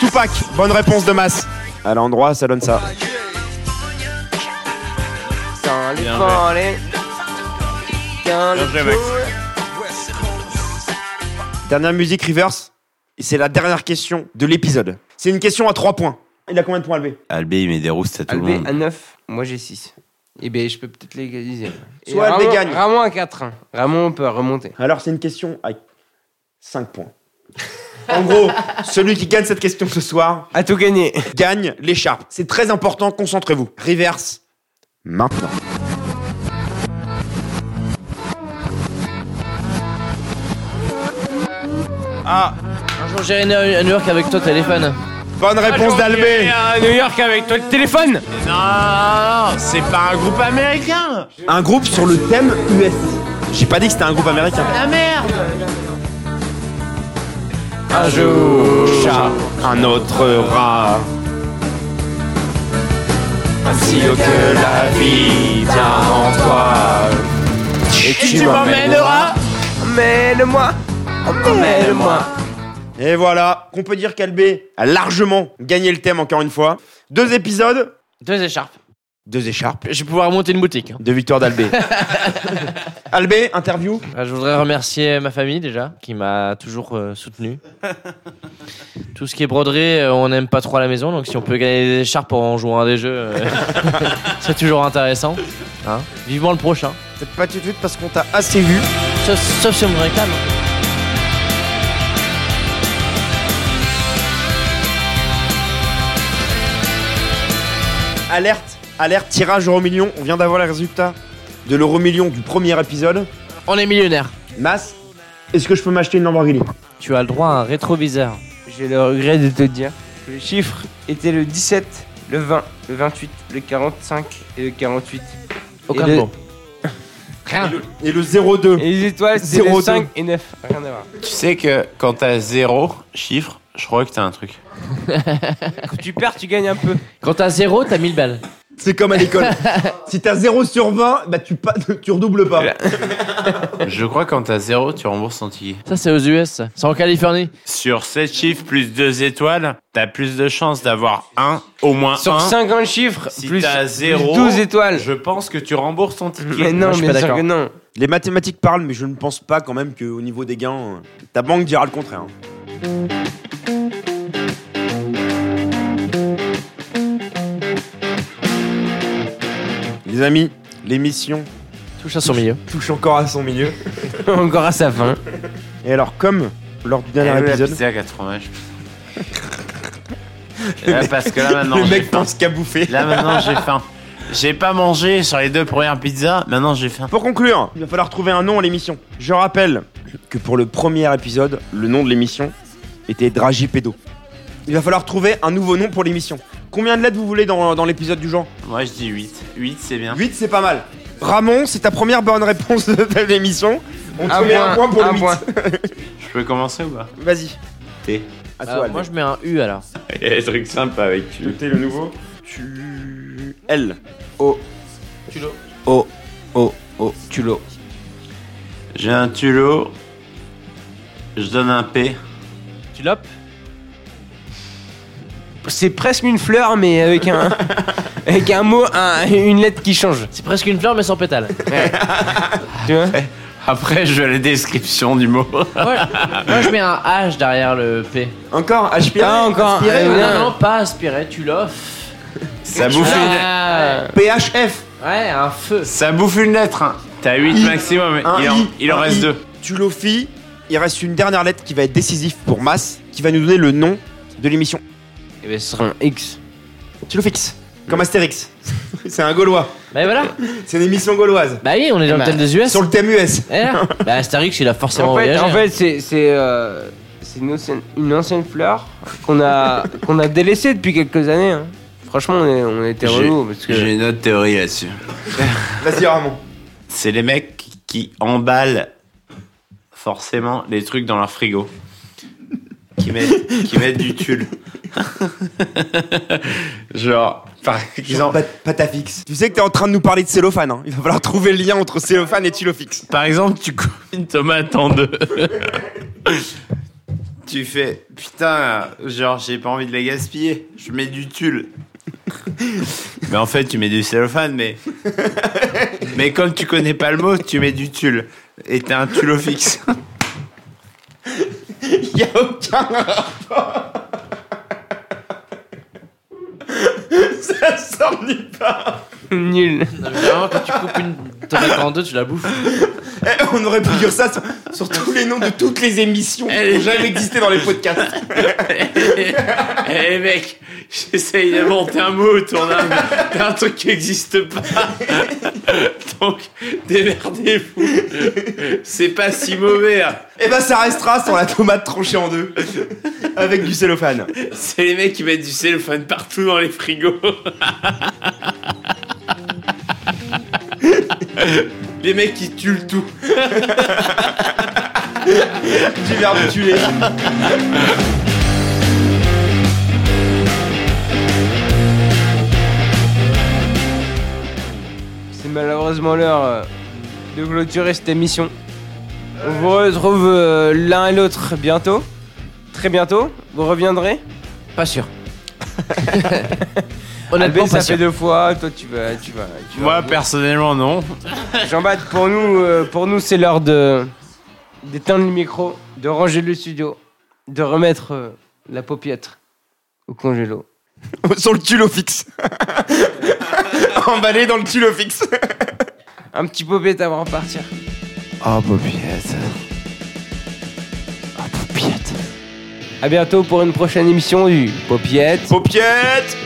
Tupac, bonne réponse de masse. À l'endroit, ça donne ça.
Dans les
Bien
forêts, dans
Bien
les
joué, Max.
forêts.
Dernière musique, Reverse. Et c'est la dernière question de l'épisode. C'est une question à 3 points. Il a combien de points levé
Albé, il met des roustes à tout le
Albé
monde.
à 9, moi j'ai 6. Et ben je peux peut-être l'égaliser. Et
Soit Albé
Ramon-
gagne.
Ramon à 4. hein. Ramon on peut remonter.
Alors, c'est une question à 5 points. En gros, celui qui gagne cette question ce soir
À tout gagner.
gagne l'écharpe. C'est très important, concentrez-vous. Reverse, maintenant. Ah,
Un jour, j'irai à New York avec toi, téléphone.
bonne réponse d'Albé.
À New York avec toi le téléphone.
Non, c'est pas un groupe américain
Un groupe sur le thème US. J'ai pas dit que c'était un groupe américain.
La merde
Un jour, chat, un autre rat. Ainsi que la vie tient en toi. Et tu m'emmèneras.
Emmène-moi. Emmène-moi.
Et voilà, qu'on peut dire qu'Albé a largement gagné le thème encore une fois. Deux épisodes,
Deux écharpes.
deux écharpes,
Je vais pouvoir monter une boutique. hein.
deux victoires d'Albé. Albé, interview.
Euh, Je voudrais remercier ma famille déjà, qui m'a toujours euh, soutenu. Tout ce qui est broderie, euh, on n'aime pas trop à la maison, donc si on peut gagner des écharpes en jouant à des jeux, euh, c'est toujours intéressant. Hein Vivement le prochain.
C'est pas tout de suite parce qu'on t'a assez vu.
Sauf, sauf si on me réclame.
Alerte, alerte, tirage euro million. On vient d'avoir les résultats de l'euro million du premier épisode.
On est millionnaire.
Mas, est-ce que je peux m'acheter une Lamborghini
Tu as le droit à un rétroviseur.
J'ai le regret de te dire que les chiffres étaient le 17, le 20, le 28, le 45 et le 48.
Aucun
Et le-
mot. Rien.
Et le 02.
Et les étoiles, c'est
Zéro
les 5 et 9. Rien à voir.
Tu sais que quand t'as zéro chiffre, je crois que t'as un truc.
Quand tu perds, tu gagnes un peu.
Quand t'as zéro, t'as 1000 balles.
C'est comme à l'école. si t'as 0 sur 20, bah tu, pa- tu redoubles pas.
Je crois que quand t'as zéro, tu rembourses ton ticket.
Ça, c'est aux US. ça. C'est en Californie.
Sur 7 chiffres plus 2 étoiles, t'as plus de chances d'avoir un, au moins
Sur
un.
50 chiffres,
Si
plus,
t'as
plus
zéro,
12 étoiles.
Je pense que tu rembourses ton ticket.
Mais non,
je suis
bien
pas
sûr
d'accord.
que non.
Les mathématiques parlent, mais je ne pense pas quand même qu'au niveau des gains, euh, ta banque dira le contraire. hein. Les amis, l'émission
Touche à son milieu.
touche encore à son milieu.
Encore à sa fin.
Et alors, comme lors du
Eh oui,
dernier
la
épisode,
pizza à 80. je- Eh, parce que là maintenant,
le
j'ai
mec
faim.
pense qu'à bouffer.
Là maintenant, j'ai faim. J'ai pas mangé sur les deux premières pizzas, maintenant j'ai faim.
Pour conclure, il va falloir trouver un nom à l'émission. Je rappelle que pour le premier épisode, le nom de l'émission était Dragipédo. Il va falloir trouver un nouveau nom pour l'émission. Combien de lettres vous voulez dans, dans l'épisode du genre
Moi, je dis 8. 8, c'est bien.
8, c'est pas mal. Ramon, c'est ta première bonne réponse de de l'émission. On te
Un
met
point,
un point pour
un
le 8.
point.
Je peux commencer ou pas
Vas-y,
T.
à
Euh,
toi.
moi,
Albert.
je mets un U alors.
Il y a des trucs sympas avec tu.
T'es le nouveau Tu. L. O. Tulo. O. O. O. Tulo.
J'ai un tulo. Je donne un P.
Tu l'opes
C'est presque une fleur, mais avec un, avec un mot, un- une lettre qui change.
C'est presque une fleur mais sans pétale.
Tu vois
Après, je veux la description du mot.
moi, Ah moi, je mets un H derrière le P.
Encore Aspiré
Ah, encore.
Aspiré,
Eh
non,
ouais.
bien.
non, pas aspiré, tu l'offres.
ça, bouffe une...
Ah,
PHF
ouais, un feu.
ça bouffe une lettre. hein. T'as 8
I.
maximum.
Un
Il en,
I,
il en
un
reste
I.
2.
Tulofi. Il reste une dernière lettre qui va être décisive pour Mass, qui va nous donner le nom de l'émission.
Eh ben, ce sera un X.
Tulofix. Comme Astérix. C'est un Gaulois.
Bah voilà.
C'est une émission gauloise.
Bah oui, on est dans le
Bah,
thème des US.
Sur le thème US.
Eh là. bah Astérix, il a forcément
En fait,
voyagé.
en
hein.
fait, c'est c'est euh, c'est une ancienne, une ancienne fleur qu'on a qu'on a délaissée depuis quelques années. hein. Franchement, on, est- on était
J'ai-
relou parce que
J'ai une autre théorie là-dessus.
Vas-y, Ramon.
C'est les mecs qui emballent forcément les trucs dans leur frigo. Qui mettent, qui mettent du tulle. Genre, par exemple,
Patafix. Tu sais que t'es en train de nous parler de cellophane. Hein. Il va falloir trouver le lien entre cellophane et Tulofix.
Par exemple, tu coupes une tomate en deux. tu fais putain, genre j'ai pas envie de la gaspiller. Je mets du tulle. mais en fait, tu mets du cellophane, mais mais comme tu connais pas le mot, tu mets du tulle et t'as un tulle fixe.
Y a aucun rapport. Ça sort nulle part.
nul.
Non, mais vraiment, quand tu coupes une tomate en deux, tu la bouffes.
Eh, on aurait pu dire ça sur, sur tous les noms de toutes les émissions qui n'ont jamais existé dans les podcasts.
Eh mec, j'essaye d'inventer un mot autour d'un d'un truc qui existe pas. Donc démerdez-vous. C'est pas si mauvais. hein.
Et ben ça restera sans la tomate tranchée en deux. Avec du cellophane.
C'est les mecs qui mettent du cellophane partout dans les frigos. les mecs qui tuent le tout.
Du verbe tuer.
C'est malheureusement l'heure euh, de clôturer cette émission. On vous retrouve euh, l'un et l'autre bientôt, très bientôt. Vous reviendrez.
Pas sûr.
Albert,
Honnêtement, pas
ça fait
sûr.
deux fois. Toi, tu vas, tu vas. tu vas-
personnellement non.
Jean-Baptiste, pour nous, euh, pour nous, c'est l'heure de d'éteindre le micro, de ranger le studio, de remettre euh, la paupiètre au congélo.
Sur le tulofix. Emballé dans le tulofix.
Un petit paupiètre avant de partir.
Oh, paupiette.
À bientôt pour une prochaine émission du Paupiette.
Paupiette